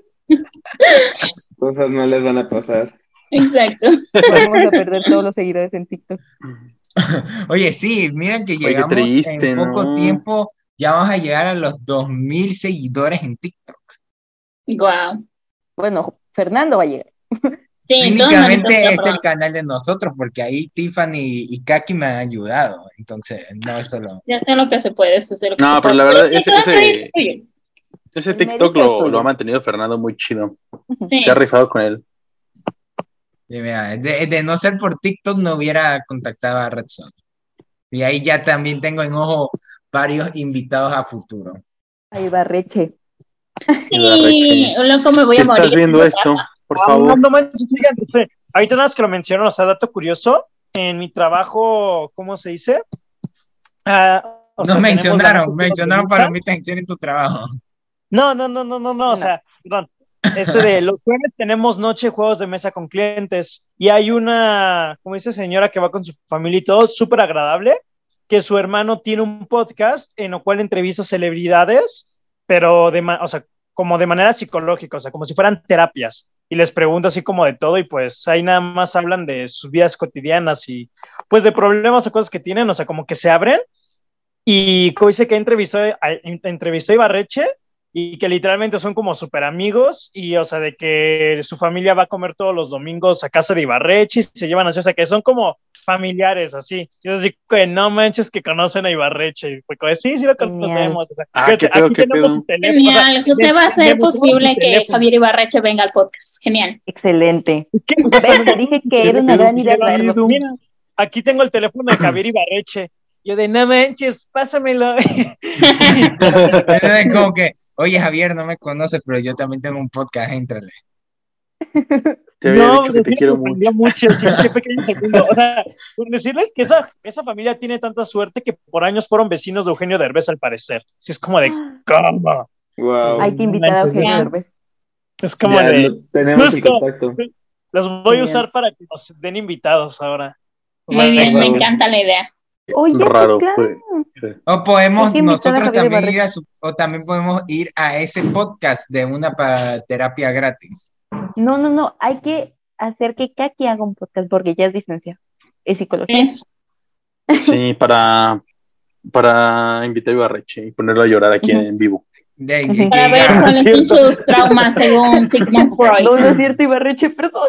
D: Cosas malas van a pasar.
C: Exacto.
A: Vamos a perder todos los seguidores en TikTok.
B: Oye, sí, miren que
E: Oye, qué
B: llegamos
E: triste,
B: en poco
E: ¿no?
B: tiempo, ya vamos a llegar a los 2000 seguidores en TikTok.
C: Wow.
A: Bueno, Fernando va a llegar.
C: Sí, entonces no
B: Técnicamente
C: importa,
B: es
C: pero-
B: el canal de nosotros, porque ahí Tiffany y Kaki me han ayudado. Entonces, no es solo.
C: ya sé lo que se puede, eso es lo que
E: No,
C: se puede.
E: pero la verdad,
C: Sí,
E: ese-
C: todo
E: ese-
C: es tuyo.
E: Ese
A: El
E: TikTok
A: mérito es
E: lo,
A: tuyo.
E: lo ha mantenido Fernando muy chido.
C: Sí.
E: Se ha rifado con él.
B: y mira, de, de no ser por TikTok, no hubiera contactado a Redson. Y ahí ya también tengo en ojo varios invitados a futuro.
A: Ahí va Reche.
C: Sí, loco, me voy
E: Si
C: a morir.
E: estás viendo esto, por favor.
F: No manches, fíjate, fíjate. Ahorita nada más que lo menciono, o sea, dato curioso, en mi trabajo, ¿cómo se dice? Ah, o
B: Nos
F: sea, tenemos la
B: mencionaron,
F: nota
B: mencionaron
F: periodista.
B: palomitas en serio en tu trabajo.
F: No, no, no, no, no, no,
A: No.
F: o sea, perdón. Este de los jueves tenemos noche juegos de mesa con clientes y hay una, como dice señora, que va con su familia y todo, súper agradable, que su hermano tiene un podcast en lo cual entrevista celebridades, pero de, ma- o sea, como de manera psicológica, o sea, como si fueran terapias y les pregunta así como de todo y pues ahí nada más hablan de sus vidas cotidianas y pues de problemas o cosas que tienen, o sea, como que se abren y como dice que entrevistó, a- entrevistó a Ibarreche y que literalmente son como súper amigos y o sea de que su familia va a comer todos los domingos a casa de Ibarreche y se llevan así, o sea que son como familiares así. Y yo digo que no manches que conocen a Ibarreche. Y fue como, sí, sí lo conocemos. O sea,
E: Ah,
F: fíjate,
E: qué pedo,
F: aquí
E: qué
F: tenemos
E: pedo.
F: su teléfono, o sea,
C: Genial, José, va a
F: me
C: ser
F: gustó tu
C: posible que
F: teléfono.
C: Javier Ibarreche venga al podcast. Genial.
A: Excelente.
F: ¿qué? O sea,
A: Ven, te dije que era una gran idea traerlo.
F: Mira, aquí tengo el teléfono de Javier Ibarreche. Yo de, no manches, pásamelo.
B: Es como que, oye Javier, no me conoces, pero yo también tengo un podcast, éntrale.
E: Te había
F: no,
E: dicho que
F: pero
E: te
F: sí
E: quiero mucho.
F: me sorprendió mucho. sí, qué pequeño segundo. O sea, con decirles que esa, esa familia tiene tanta suerte que por años fueron vecinos de Eugenio Derbez, al parecer. Sí, es como de,
A: Ah.
F: ¿cómo?
D: Wow.
A: Hay que invitar a Eugenio
C: Ya.
A: Derbez.
F: Es como
D: Ya
F: de,
D: lo- tenemos el
F: Justo.
D: contacto.
F: los voy a
A: Bien.
F: usar para que nos den invitados ahora.
C: Muy bien,
D: Bueno.
C: me encanta la idea.
A: Oye, pues,
E: Raro,
A: claro.
E: fue.
B: O podemos
A: Hay que invitar a
B: nosotros
A: Javier
B: también
A: Ibarreche.
B: ir a su- o también podemos ir a ese podcast de una pa- terapia gratis.
A: No, no, no. Hay que hacer que Kaki haga un podcast porque ya es licenciado. Es psicólogo.
C: Es-
E: Sí, para, para invitar a Ibarreche y ponerlo a llorar aquí en vivo.
B: De,
A: Ujú.
B: que-
C: Para ver
B: ah,
C: cuáles son
E: cierto.
C: sus traumas según Sigmund Freud.
A: No, no es cierto, Ibarreche, perdón.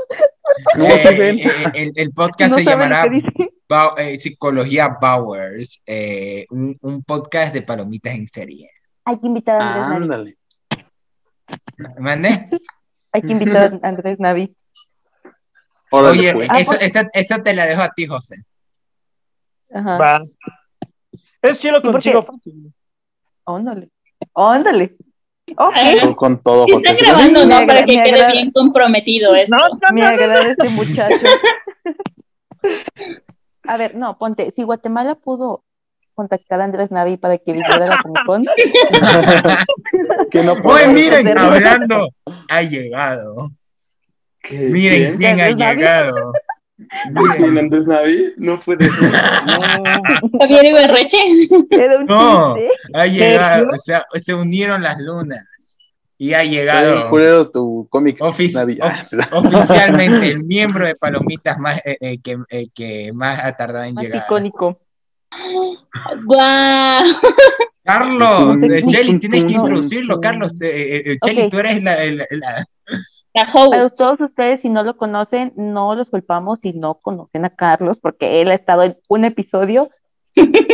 E: No,
B: eh,
E: sí, ven.
B: eh, el, el podcast
A: no
B: se
A: saben lo
B: llamará
A: que dice.
B: Bau- eh, Psicología Bowers, eh, un, un podcast de palomitas en serie.
A: Hay que invitar a
F: Ah,
A: Andrés Navi.
E: Ándale.
B: ¿Mande?
A: Hay que invitar a Andrés Navi.
E: Órale,
B: Oye,
E: pues.
A: Ah,
B: eso-
A: pues.
B: esa, esa te la dejo a ti, José.
A: Ajá.
F: Va. Es sí lo
A: por qué?
F: consigo fácil.
A: Ándale. Ándale.
C: Ay,
A: Ok.
E: Tú con todo,
C: Sí
E: José.
C: está
E: Eso-
C: grabando,
A: Me
C: ¿no?
A: agra-
C: Para que
A: me
C: quede
A: agrada.
C: bien comprometido esto.
F: No,
A: Me
F: no, no,
A: agrada este muchacho. A ver, no, ponte, si Guatemala pudo contactar a Andrés Navi para que visitara la Comic Con,
E: Que no puedo
B: Hoy
A: Oye,
B: miren,
A: hacer-
B: hablando, ha llegado. Miren
D: ¿Quién?
B: quién ha
A: ¿Quién?
B: llegado.
D: ¿Quién,
B: Miren.
D: Andrés Navi? No puede ser.
E: No.
C: Javier Ibarreche.
A: Era un
B: No.
A: chiste.
B: Ha llegado, o sea, se unieron las lunas y ha
E: Está
B: llegado
E: culero tu cómic.
B: Office-
E: Navi. Ah,
B: of- oficialmente el miembro de Palomitas más, eh, eh, que, eh, que más ha tardado en
A: Más
B: llegar.
A: icónico.
C: ¡Guau!
B: Carlos, eh, Shelly, tienes que
E: No.
B: introducirlo, Carlos. te- eh, eh, Shelly,
A: Ok.
B: tú eres la, la- la-
C: La
A: Para
C: host.
A: todos ustedes, si no lo conocen, no los culpamos si no conocen a Carlos, porque él ha estado en un episodio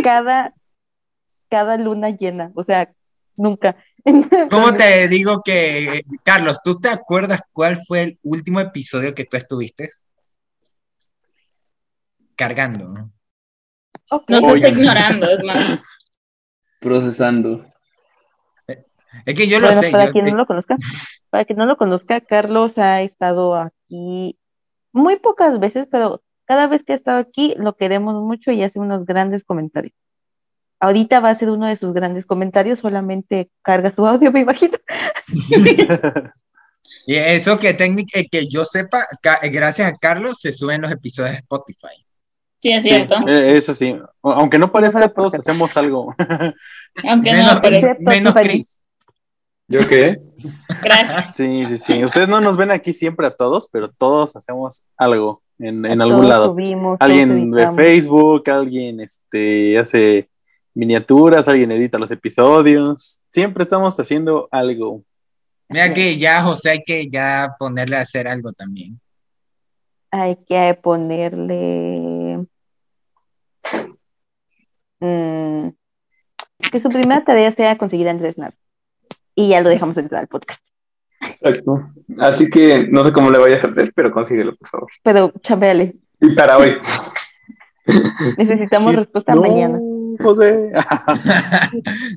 A: cada, cada luna llena, o sea, nunca.
B: ¿Cómo
A: Entonces,
B: te digo que, eh, Carlos, tú te acuerdas cuál fue el último episodio que tú estuviste? Cargando. ¿no?
A: ok.
C: Nos está
D: Oye.
C: ignorando, es más.
D: Procesando.
B: Es que yo lo
A: Bueno,
B: sé.
A: para
B: yo-
A: quien no
B: es-
A: lo conozca, para quien no lo conozca, Carlos ha estado aquí muy pocas veces, pero cada vez que ha estado aquí lo queremos mucho y hace unos grandes comentarios. Ahorita va a ser uno de sus grandes comentarios, solamente carga su audio, me imagino.
B: Y eso que técnica, eh, que yo sepa, ca- eh, gracias a Carlos se suben los episodios de Spotify.
C: Sí, es cierto.
E: Sí, eh, eso sí. O- Aunque no parezca, todos hacemos algo.
C: Aunque
B: menos,
C: no, pero
A: eh,
B: menos
A: Spotify.
B: Chris.
D: ¿Yo qué?
C: gracias.
E: Sí, sí, sí. Ustedes no nos ven aquí siempre a todos, pero todos hacemos algo en, en
A: Todos
E: algún lado.
A: subimos, todos
E: Alguien ve
A: editamos.
E: Facebook, alguien este, hace miniaturas, alguien edita los episodios. Siempre estamos haciendo algo.
B: Mira que ya, José, hay que ya ponerle a hacer algo también.
A: Hay que ponerle. Mm, que su primera tarea sea conseguir a Andrés Nar. Y ya lo dejamos entrar al podcast.
D: Exacto. Así que no sé cómo le vayas a hacer, pero consíguelo, por favor.
A: Pero, chambeale,
D: Y para hoy.
A: necesitamos
E: Sí.
A: respuesta
E: No,
A: mañana. Ah.
E: José.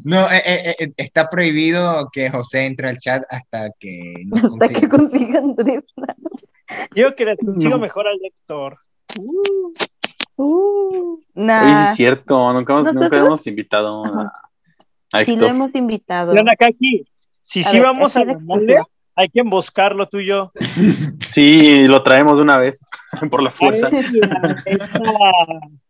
B: no, eh, eh, eh, está prohibido que José entre al chat hasta que nos
A: Hasta que
B: consiga.
A: consiga Andrés Nar.
F: Yo que le consigo
E: No.
F: mejor al lector.
A: Uh,
E: Oye, sí
A: nah,
E: es cierto, nunca hemos,
A: Nosotros-
E: nunca hemos invitado a, a
A: sí lo
E: Héctor.
A: hemos invitado.
F: Vean acá aquí. Si
A: A
F: sí
A: ver,
F: vamos
A: aquí
F: a
A: en
F: la
A: exclusiva.
F: mole, hay que emboscarlo tú y yo.
E: Sí, lo traemos de una vez, por la fuerza.
F: Ay, la neta.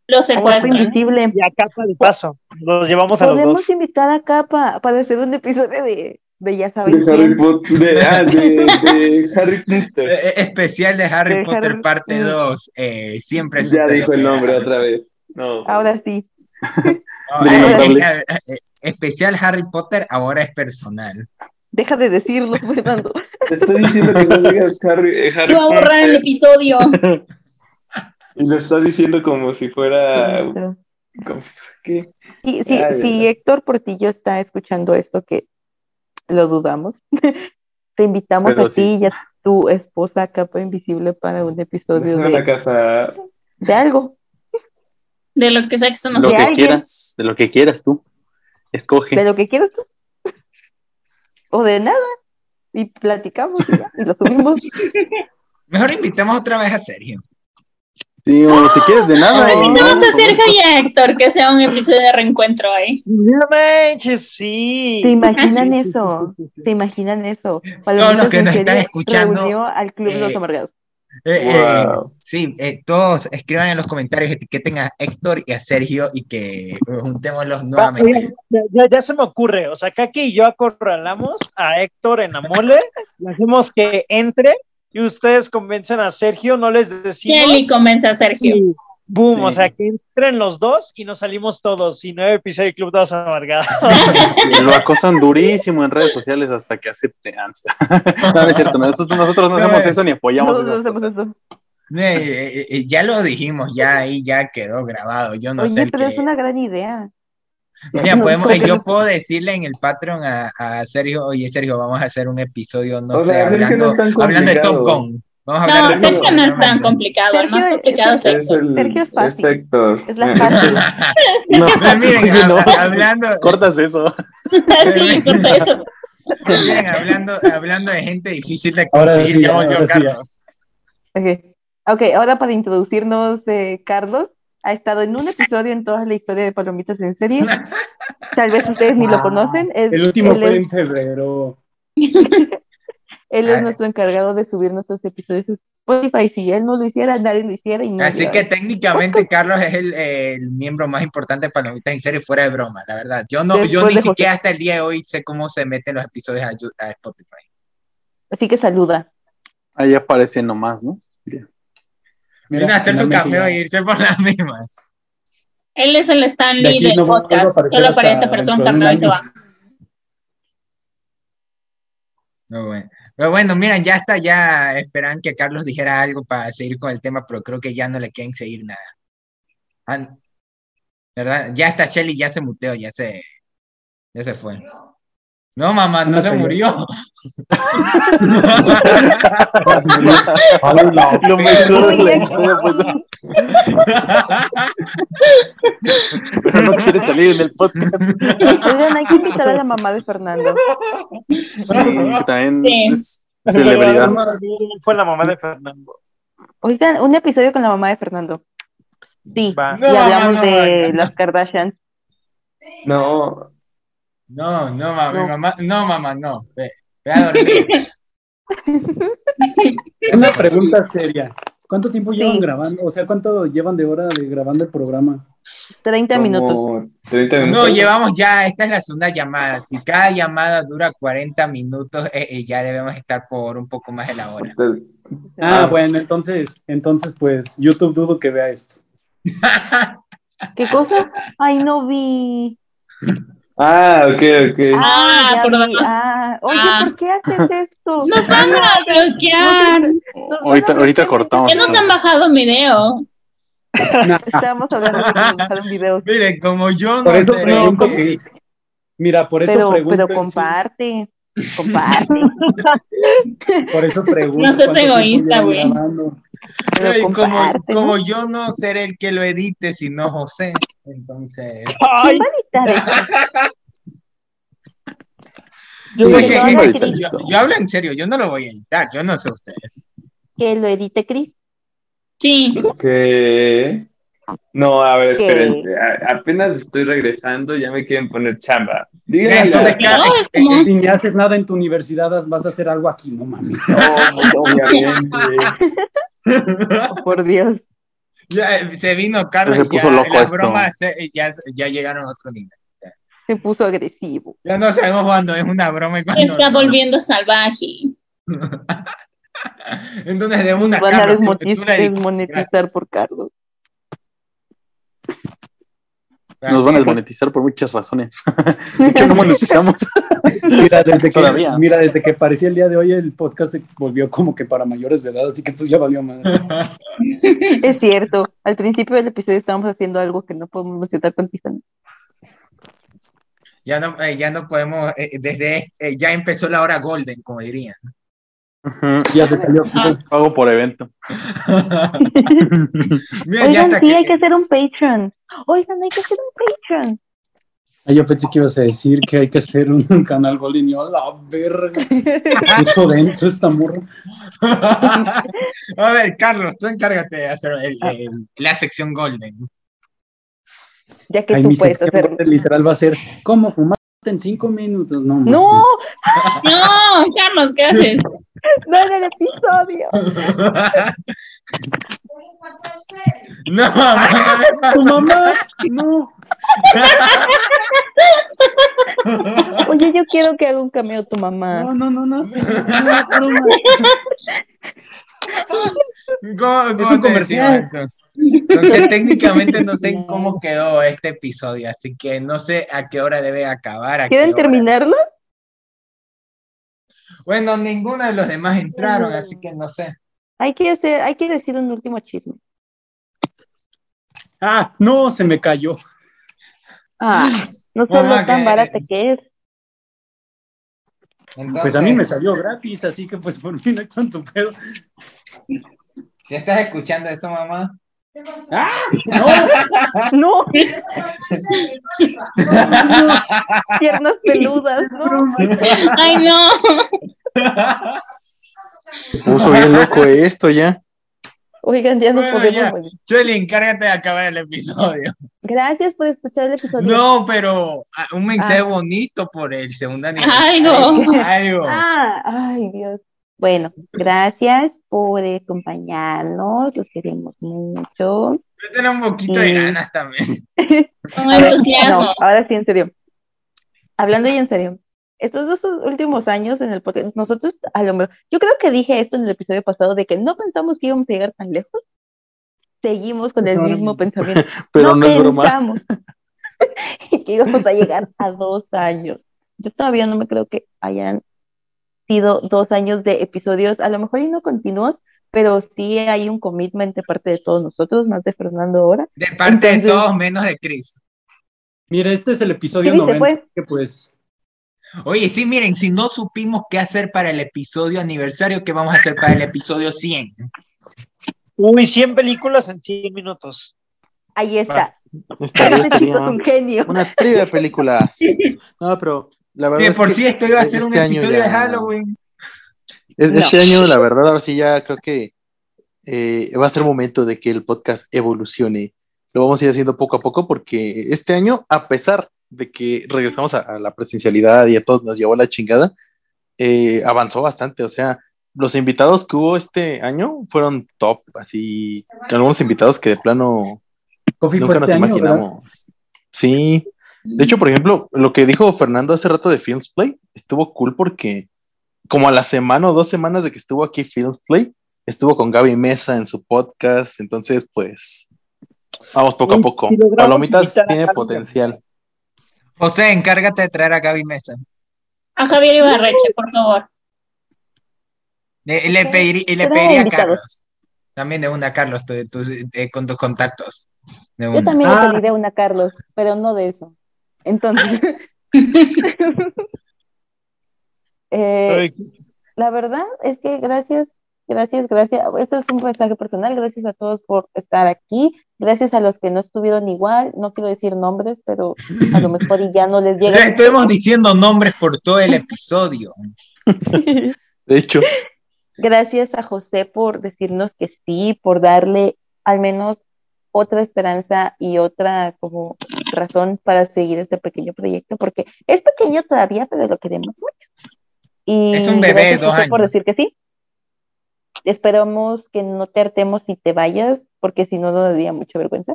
C: Lo
A: A Capa
C: secuestran.
A: Invisible.
F: Y acá para el paso. Los llevamos ¿eh? a los dos.
A: Podemos invitar a Capa para hacer un episodio de, de ya
D: De
A: saben
D: Harry
A: quién.
D: Potter. De, ah, de, de Harry Potter.
B: Eh, eh, especial de Harry
A: De
B: Potter
A: Harry-
B: parte
A: Mm.
B: 2. eh, siempre
D: Ya
B: supe lo
D: dijo el
B: que era.
D: nombre otra vez. No.
A: Ahora sí.
B: No,
E: Del
B: eh,
E: notable.
B: eh, eh, eh, especial Harry Potter ahora es personal.
A: Deja de decirlo, Fernando.
D: Te estoy diciendo que no digas Harry, eh, Harry
C: Yo voy a borrar el
D: Potter.
C: episodio.
D: Y lo estás diciendo como si fuera.
E: Ah,
A: Pero-
D: como si fuera- ¿Qué?
A: Sí, sí,
D: Ya, ya,
A: sí,
D: ya.
A: Héctor Portillo está escuchando esto, que lo dudamos. Te invitamos
E: Pero
A: a ti
E: sí.
A: y a tu esposa a Capa Invisible para un episodio
D: Déjame la
A: de,
D: casa.
A: de algo.
C: De lo que sea que se nos
E: Lo que
A: alguien.
E: quieras, de lo que quieras tú.
A: de
E: Escoge.
A: lo que quieras tú. O de nada. Y platicamos y, ya, y lo subimos.
B: Mejor invitamos otra vez a Sergio.
E: Sí, o si quieres de nada.
A: ¡Ah!
C: Ay,
E: y pues,
C: ¿Qué te vas a
E: no,
C: hacer, Javier Héctor? Que sea un episodio de reencuentro ¿eh? ahí.
F: No manches, sí.
A: ¿Te imaginan
F: Sí, sí, sí,
A: eso?
F: sí, sí, sí.
A: ¿Se imaginan eso?
B: Todos los que
A: en
B: nos están
A: serio
B: escuchando,
A: reunió al Club de los
B: eh,
A: Amargados.
B: Eh, eh,
D: Wow.
B: sí, eh, todos escriban en los comentarios, etiqueten a Héctor y a Sergio y que eh, juntémoslos
F: Ah,
B: nuevamente.
F: oigan, ya, ya- ya se me ocurre, o sea, Kaki y yo acorralamos a Héctor en la mole, le hacemos que entre y ustedes convencen a Sergio, no les
C: Kelly
F: decimos.
C: convence a Sergio.
F: y boom, o
E: Sí.
F: sea, que entren los dos y nos salimos todos y nueve episodios de Club de los Amargados.
E: y lo acosan durísimo en redes sociales hasta que acepte. Ah, No, no es cierto, nosotros, nosotros no hacemos eso ni apoyamos
A: No, no
E: esas
A: hacemos
E: cosas.
A: eso.
B: Eh, eh, eh, ya lo dijimos, ya ahí ya quedó grabado. Yo no sé
A: Oye,
B: el
A: pero
B: que-
A: es una gran idea.
B: Mira, podemos- eh, yo puedo decirle en el Patreon a, a Sergio, oye Sergio, vamos a hacer un episodio, no
D: O
B: sé,
D: sea, a ver que no
B: hablando,
D: es tan
B: hablando de Top
D: complicado.
B: Gun. Vamos a
C: No,
B: hablar de
D: Sergio
B: Top
C: Sergio
B: Gun.
C: no es tan
B: nuevamente.
C: complicado. El más
A: Sergio-
C: complicado es
D: Es
C: Héctor.
D: el.
A: Sergio es fácil.
D: Héctor.
A: Es la fácil.
E: No,
B: Pero miren,
E: oye, no,
B: hab- hablando,
E: cortas eso.
C: Así que corta eso.
B: miren, hablando, hablando de gente difícil de
G: Ahora
B: conseguir,
G: sí,
B: ya voy yo,
G: ahora sí, ya.
B: Carlos.
A: Ok, Ok, ahora para introducirnos, eh, Carlos ha estado en un episodio en toda la historia de Palomitas en serie. Tal vez ustedes ni lo conocen. es-
G: El último
A: él
G: fue
A: es-
G: en febrero.
A: Él es
B: Ah.
A: nuestro encargado de subir nuestros episodios a Spotify. Si él no lo hiciera, nadie lo hiciera. Y nadie
B: Así
A: lo
B: que
A: hace.
B: técnicamente Carlos es el, el miembro más importante de Palomitas y Serie, fuera de broma, la verdad. Yo no, yo
A: Después
B: ni
A: de José.
B: siquiera hasta el día de hoy sé cómo se meten los episodios a, Yu- a Spotify.
A: Así que saluda.
E: Ahí aparece nomás, ¿no?
G: Mira,
B: Viene a hacer su
G: finalmente
B: cambio
G: ya.
B: e irse por las mismas.
C: Él es el
G: De
C: Stanley
G: aquí
C: de
G: no vuelvo a
C: podcast.
G: aparecer
C: Solo
G: hasta
C: aparece, pero es un
G: dentro de un
C: campeón y se
G: año.
C: va.
B: Pero bueno. Pero bueno, miren, ya está, ya esperaban que Carlos dijera algo para seguir con el tema, pero creo que ya no le quieren seguir nada. An- ¿Verdad? Ya está Shelly, ya se muteó, ya se, ya se fue. No, mamá, no
G: No
B: se
G: cayó.
B: murió.
G: Hola.
E: Lo mejor de la
A: Oye,
E: historia, pues, pero no quiere salir en el podcast.
A: Oigan, hay que invitar a la mamá de Fernando.
E: Sí, que también
C: Sí.
E: es celebridad.
F: Fue la mamá de Fernando.
A: Oigan, un episodio con la mamá de Fernando. Sí.
F: Va.
B: No,
A: y hablamos
B: mamá, no,
A: de
B: mamá.
A: las Kardashian.
D: No,
B: No, no, mami,
A: No.
B: mamá, no, mamá, no. Ve, ve a dormir.
G: Una pregunta seria. ¿Cuánto tiempo llevan
A: Sí.
G: grabando? O sea, ¿cuánto llevan de hora de grabando el programa?
A: 30 minutos.
D: como 30
B: No,
D: minutos.
B: llevamos ya, esta es la segunda llamada. Si cada llamada dura 40 minutos, eh, eh, ya debemos estar por un poco más de la hora.
G: Ah, bueno, entonces, entonces, pues, YouTube dudo que vea esto.
A: ¿Qué cosa? Ay, no vi.
D: Ah, ok, ok.
A: Ah,
C: Ah,
A: ya
C: por
A: vi.
C: lo menos.
A: Ah, oye,
C: Ah.
A: ¿por qué haces esto?
C: Nos van a bloquear.
A: Nos van a
E: Ahorita, ahorita
A: bloquear.
E: cortamos.
C: ¿Qué nos han bajado mi video?
A: Estábamos hablando de que nos bajaron videos.
B: Miren, como yo no
G: Por eso
B: sé-
G: pregunto que. Mira, por eso
A: Pero,
G: pregunto.
A: pero comparte. Comparte.
G: Por eso pregunto.
C: No seas
G: cuánto tiempo
C: egoísta,
G: llevan
C: güey.
G: grabando.
A: pero
B: Ey, como,
A: comparte. ¿no?
B: como yo no seré el que lo edite, sino José. Entonces,
F: Ay,
A: Dale, dale.
E: Sí,
B: Porque-
A: que no
E: yo tengo
A: haga
E: ahorita
A: clic.
B: yo,
E: listo.
B: yo hablo en serio, yo no lo voy a editar, yo no sé ustedes.
A: Que lo edite Cris.
C: Sí.
D: ¿Qué? No, a ver,
A: ¿Qué?
D: espérense. A- apenas estoy regresando, ya me quieren poner chamba. Díganle.
B: Ven, tú
D: a-
B: descarga-
C: No, es como-
B: ¿Eh?
G: Si ni haces nada en tu universidad, vas a hacer algo aquí, no mames.
D: Obviamente.
A: Por Dios.
B: Ya, eh, se vino Carlos
E: Se
B: y
E: puso
B: ya
E: loco
B: las
E: esto.
B: bromas eh, ya, ya llegaron a otro nivel.
A: Se puso agresivo.
B: Ya no sabemos cuándo es una broma y cuándo
C: Está
B: no.
C: volviendo salvaje.
B: Entonces de una
A: Van a
B: Carlos, tú- tú
A: desmonetizar,
B: la editas,
A: desmonetizar por Carlos.
B: gracias.
E: Nos van a desmonetizar por muchas razones. De hecho, no monetizamos.
G: Mira desde, que,
E: Todavía.
G: mira, desde que parecía el día de hoy, el podcast se volvió como que para mayores de edad, así que pues ya valió madre.
A: Es cierto. Al principio del episodio estábamos haciendo algo que no podemos mencionar con Tiffany.
B: Ya no, eh, ya no podemos, eh, desde este- eh, ya empezó la hora golden, como dirían.
E: Ujú.
G: Ya se salió.
E: Pago por evento.
B: Mira, ya
A: Oigan,
B: hasta
A: sí,
B: que-
A: hay que hacer un Patreon. Oigan, hay que hacer un Patreon.
G: Ah, yo pensé que ibas a decir que hay que hacer un canal Golden. y yo, a la verga. Puso denso esta morra.
B: A ver, Carlos, tú encárgate de hacer el- el- la sección golden.
A: ya que
G: Ay,
A: tú
G: mi
A: puedes
G: sección
A: hacer.
G: Golden literal va a ser ¿Cómo fumar en cinco minutos? No,
A: No,
G: mames.
C: No, Carlos, ¿qué haces?
A: no en el episodio.
B: No, mamá.
G: ¡Tu mamá! ¡No!
A: Oye, yo quiero que haga un cameo tu mamá.
G: No, no, no, no. sí, no, es broma.
B: Go-
G: Es un
B: go- te decimos
G: comercial.
B: esto. Entonces, técnicamente no sé cómo quedó este episodio, así que no sé a qué hora debe acabar. a qué
A: ¿Quieren
B: hora.
A: terminarlo?
B: Bueno, ninguno de los demás entraron,
A: Mm.
B: así que no sé.
A: Hay que hacer, hay que decir un último chisme.
G: Ah, no, se me cayó.
A: Ah, no sabes
B: Mamá,
A: lo tan
B: que-
A: barata que es.
G: Pues a mí me
B: Entonces,
G: salió gratis, así que pues por mí no hay tanto pedo.
B: Si estás escuchando eso, mamá.
G: ¡Ah! ¡No!
A: No. No, Piernas peludas, no.
C: Ay, no.
E: Puso bien loco esto ya.
A: Oigan, ya no
B: Bueno, ya.
A: podemos. pues.
B: Shelly, encárgate de acabar el episodio.
A: Gracias por escuchar el episodio.
B: No, pero ah, un mensaje
A: Ah.
B: bonito por el segundo aniversario.
C: Algo.
B: Algo.
A: Ah, ay, Dios. Bueno, gracias por acompañarnos. Los queremos mucho.
B: Yo tenía un poquito de
A: Sí.
B: ganas también.
C: Con
A: A ver,
C: entusiasmo.
A: no, ahora sí, en serio. Hablando ya en serio. Estos dos últimos años en el podcast, nosotros a lo mejor, yo creo que dije esto en el episodio pasado de que no pensamos que íbamos a llegar tan lejos. Seguimos con el
G: No,
A: mismo
G: no.
A: pensamiento.
E: Pero no, es broma.
A: pensamos que íbamos a llegar a dos años. Yo todavía no me creo que hayan sido dos años de episodios, a lo mejor y no continuos, pero sí hay un commitment de parte de todos nosotros, más de Fernando ahora.
B: De parte de
A: Entonces-
B: todos, menos de Chris.
G: Mira, este es el episodio
A: Sí, se
G: 90,
A: fue.
G: que pues
B: Oye, sí, miren, si no supimos qué hacer para el episodio aniversario, ¿qué vamos a hacer para el episodio 100?
F: Uy, 100 películas en 100 minutos.
A: Ahí está.
E: Estaría,
A: Este chico
E: estaría
A: es un genio.
E: una trivia de películas. No, pero la verdad.
B: De
E: es
B: por
E: que
B: sí, esto iba a ser un
E: este año
B: episodio de
E: ya-
B: Halloween.
E: es- Este año, la verdad, ahora sí ya creo que eh, va a ser momento de que el podcast evolucione. Lo vamos a ir haciendo poco a poco porque este año, a pesar de que regresamos a, a la presencialidad y a todos nos llevó la chingada, eh, avanzó bastante. O sea, los invitados que hubo este año fueron top, así. Algunos invitados que de plano
G: Coffee fue
E: nunca nos
G: este año, ¿verdad?
E: imaginamos. Sí. De hecho, por ejemplo, lo que dijo Fernando hace rato de Films Play estuvo cool porque como a la semana o dos semanas de que estuvo aquí Films Play, estuvo con Gaby Mesa en su podcast, entonces pues vamos poco a
F: Sí,
E: poco.
F: si logramos
E: Palomitas
F: invitar a
E: tiene
F: Gaby
E: potencial.
B: José, encárgate de traer a Gaby Mesa.
C: A Javier Ibarreche, por favor.
B: Le, le
A: Ok,
B: pedirí- y le
A: trae
B: pediría a
A: invitados.
B: Carlos. También de una, Carlos, tú- tú, eh, con tus contactos. De
A: Yo
B: una.
A: también le
G: Ah.
A: pedí de una a Carlos, pero no de eso. Entonces, eh,
F: Ay,
A: la verdad es que gracias, gracias, gracias. Esto es un mensaje personal. Gracias a todos por estar aquí. Gracias a los que no estuvieron igual. No quiero decir nombres, pero a lo mejor y ya no les llega.
B: Les estuvimos diciendo nombres por todo el episodio.
E: De hecho,
A: Gracias a José por decirnos que sí, por darle al menos otra esperanza y otra como razón para seguir este pequeño proyecto, porque es pequeño todavía, pero lo queremos mucho. Y
B: Es un bebé de
A: gracias,
B: dos
A: José, por
B: años.
A: decir que sí. Esperamos que no te hartemos si te vayas, porque si no, nos daría mucha vergüenza.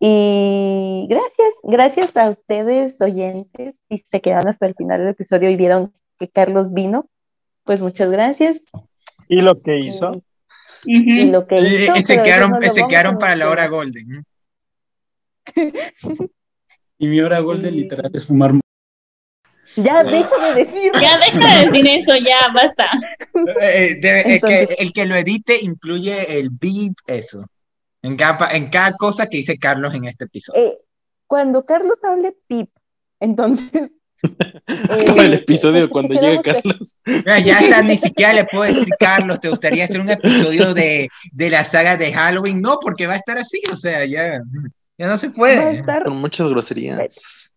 A: Y gracias, gracias a ustedes, oyentes, si se quedaron hasta el final del episodio y vieron que Carlos vino, pues muchas gracias
F: ¿Y lo que hizo?
A: y
C: Ujú.
A: lo que
B: Eh,
A: hizo,
B: eh, se
A: pero eso
B: quedaron,
A: no lo
B: eh, se
A: vamos
B: quedaron
A: a
B: para la hora
A: mencionar.
B: golden.
G: Y mi hora gol de
A: Sí.
G: literal es fumar.
B: Ah.
A: Ya dejo de decir.
C: Ya deja de decir eso, ya, basta.
B: Eh, de- eh,
A: Entonces-
B: que- el que lo edite incluye el beep, eso. En cada, pa- en cada cosa que dice Carlos en este episodio.
A: Eh, cuando Carlos hable pip, entonces. eh,
E: como el episodio
A: pues,
E: cuando
A: quedamos
E: llega
A: que-
E: Carlos.
B: Mira, ya está, ni siquiera le puedo decir, Carlos, ¿te gustaría hacer un episodio de, de la saga de Halloween? No, porque va a estar así, o sea, ya, ya no se
A: Va a
B: puede.
A: estar.
E: Con muchas groserías.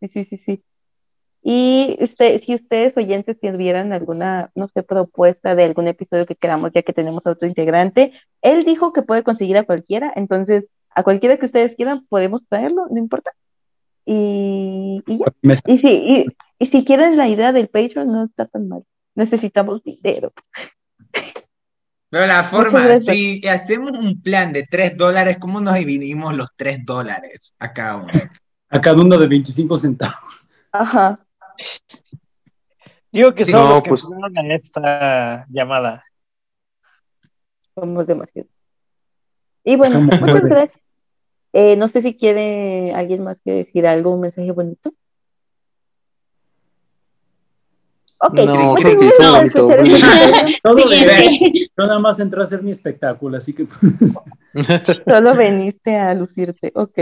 A: Sí, sí, sí, sí. Y usted, si ustedes oyentes tuvieran alguna, no sé, propuesta de algún episodio que queramos, ya que tenemos a otro integrante, él dijo que puede conseguir a cualquiera, entonces a cualquiera que ustedes quieran podemos traerlo, no importa. Y, y ya.
G: Me-
A: Y si, y, y si quieren la idea del Patreon, no está tan mal. Necesitamos dinero.
B: Pero la forma,
A: gracias.
B: si hacemos un plan de tres dólares, ¿cómo nos dividimos los tres dólares a cada uno?
G: A cada uno de 25 centavos.
A: Ajá.
F: Digo que son
E: No,
F: los que
E: pues-
F: fueron a esta llamada.
A: Somos demasiado. Y bueno,
G: Somos
A: muchas
G: nueve.
A: gracias. Eh, no sé si quiere alguien más que decir algo, un mensaje bonito. Ok,
E: No,
A: muchas
E: creo que
A: gracias
E: estuvo
A: por escuchar
E: bonito, muy
A: este
E: bonito.
A: episodio.
G: Todo bien.
C: Siguiente.
G: Yo nada más entré a hacer mi espectáculo, así que pues,
A: Solo veniste a lucirte. Ok.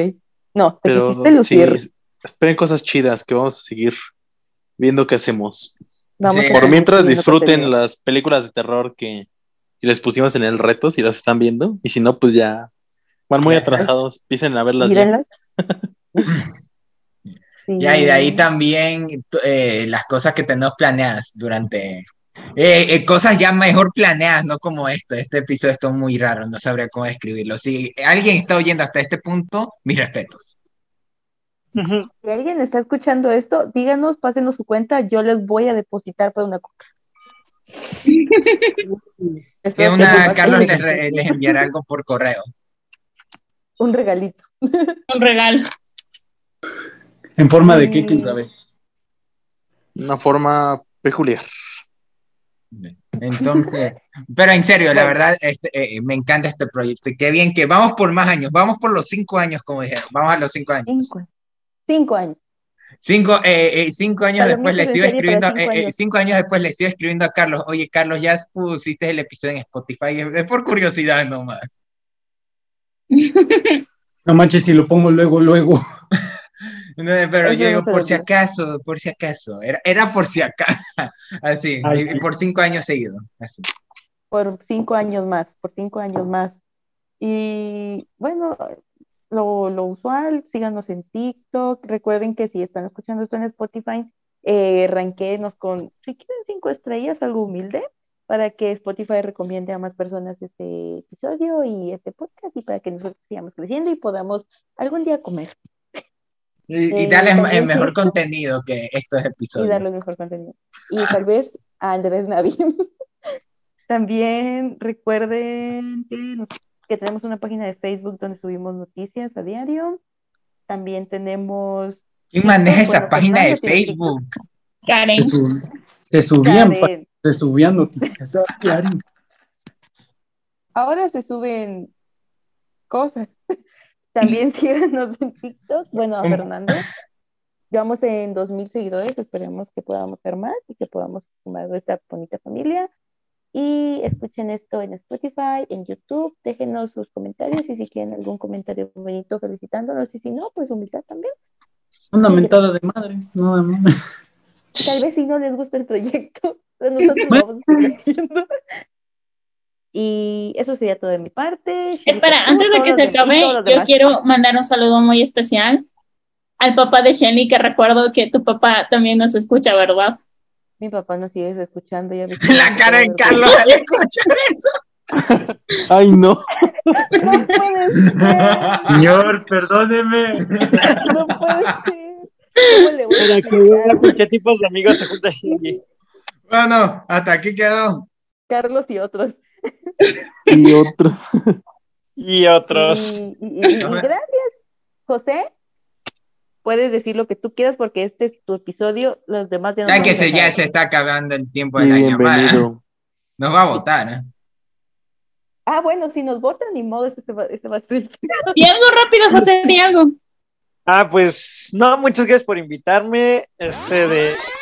A: No, te
E: Pero
A: quisiste
E: sí,
A: lucir.
E: esperen cosas chidas que vamos a seguir viendo qué hacemos.
A: Vamos
B: Sí.
A: a
E: Por
A: seguir
E: mientras
A: subiendo
E: disfruten
A: contenido.
E: las películas de terror que les pusimos en el reto, si las están viendo, y si no, pues ya van muy
B: Ya.
E: atrasados, empiecen a verlas. ya.
A: Mírenlas. Sí. Mm.
B: Ya, y de ahí también t- eh, las cosas que tenemos planeadas durante Eh, eh, cosas ya mejor planeadas, no como esto. Este episodio está muy raro, no sabría cómo describirlo. Si alguien está oyendo hasta este punto, mis respetos.
F: Ujú.
A: Si alguien está escuchando esto, díganos, pásenos su cuenta, yo les voy a depositar por una coca.
B: Que
A: Espero que
B: una,
A: sepan-
B: Carlos
A: Ay,
B: les,
A: me-
B: re- les enviará algo por correo.
A: Un regalito.
C: Un regalo.
G: ¿En forma de qué? ¿Quién sabe?
E: Una forma peculiar.
B: Entonces, pero en serio, la verdad, este, eh, me encanta este proyecto. y Qué bien que vamos por más años, vamos por los cinco años, como dijeron. Vamos a los cinco años.
A: Cinco. Cinco años.
B: Cinco, eh, eh, cinco años
A: Palomitas
B: después le
A: en
B: sigo
A: serie para
B: escribiendo,
A: cinco
B: eh, eh,
A: años.
B: cinco años después le sigo escribiendo a Carlos, oye Carlos, ya pusiste el episodio en Spotify, es, es por curiosidad nomás.
G: No manches, si lo pongo luego, luego.
B: No, pero
A: Eso
B: yo digo,
A: no se
B: por
A: lo
B: si
A: digo.
B: acaso, por si acaso, era, era por si acaso, así,
G: Ay,
B: y- y por cinco años seguidos, así.
A: por cinco años más, por cinco años más. Y bueno, lo, lo usual, síganos en TikTok. Recuerden que si están escuchando esto en Spotify, eh, ranquéenos con, si quieren, cinco estrellas, algo humilde, para que Spotify recomiende a más personas este episodio y este podcast y para que nosotros sigamos creciendo y podamos algún día comer
B: Y, y
A: Eh,
B: darles el
A: también
B: mejor
A: sí.
B: contenido que
A: y
B: estos
A: darles
B: episodios.
A: mejor contenido. Y tal vez a Andrés Navi. También recuerden que, nos- que tenemos una página de Facebook donde subimos noticias a diario. También tenemos
B: ¿Quién maneja
A: Bueno,
B: esa página de
A: Fernando tiene
B: Facebook?
C: Karen.
G: Se, sub- se subían, pa-
A: Karen.
G: se subían noticias. Ah, claro.
A: Ahora se suben cosas. También síganos en TikTok. Bueno, a
B: Un-
A: Fernando. Llevamos en 2.000 seguidores. Esperemos que podamos ser más y que podamos sumar nuestra bonita familia. Y escuchen esto en Spotify, en YouTube. Déjenos sus comentarios y si quieren algún comentario bonito felicitándonos. Y si no, pues humildad también.
G: Una mentada de madre. Nada más.
A: Tal vez si no les gusta el proyecto, pero nosotros lo vamos a seguir haciendo. Y eso sería todo de mi parte.
C: Espera,
A: Tú,
C: antes de
A: todos
C: que
A: los
C: se
A: dem- y todos los
C: acabe, yo
A: demás.
C: quiero mandar un saludo muy especial al papá de Shelly, que recuerdo que tu papá también nos escucha, ¿verdad?
A: Mi papá nos sigue escuchando. Ya ves.
B: La cara de Carlos al escuchar eso.
E: Ay, no.
A: No puede ser.
G: Señor, perdóneme.
A: No puede ser. ¿Cómo le voy a
F: Para que vean con qué tipos de amigos se junta Shelly.
B: Bueno, hasta aquí quedó.
A: Carlos y otros.
E: Y otro.
F: Y otros.
A: Y, y- y- y gracias, José. Puedes decir lo que tú quieras porque este es tu episodio. Los demás ya no
B: Ya
A: van
B: que
A: a
B: se,
A: saber.
B: ya se está acabando el tiempo de
E: Y
B: la llamada.
E: bienvenido.
B: Nos va a votar. ¿eh?
A: Ah, bueno, si nos votan, ni modo, este se va, este va a ser.
C: Y algo rápido, José, di algo.
F: Ah, pues no, muchas gracias por invitarme. Este de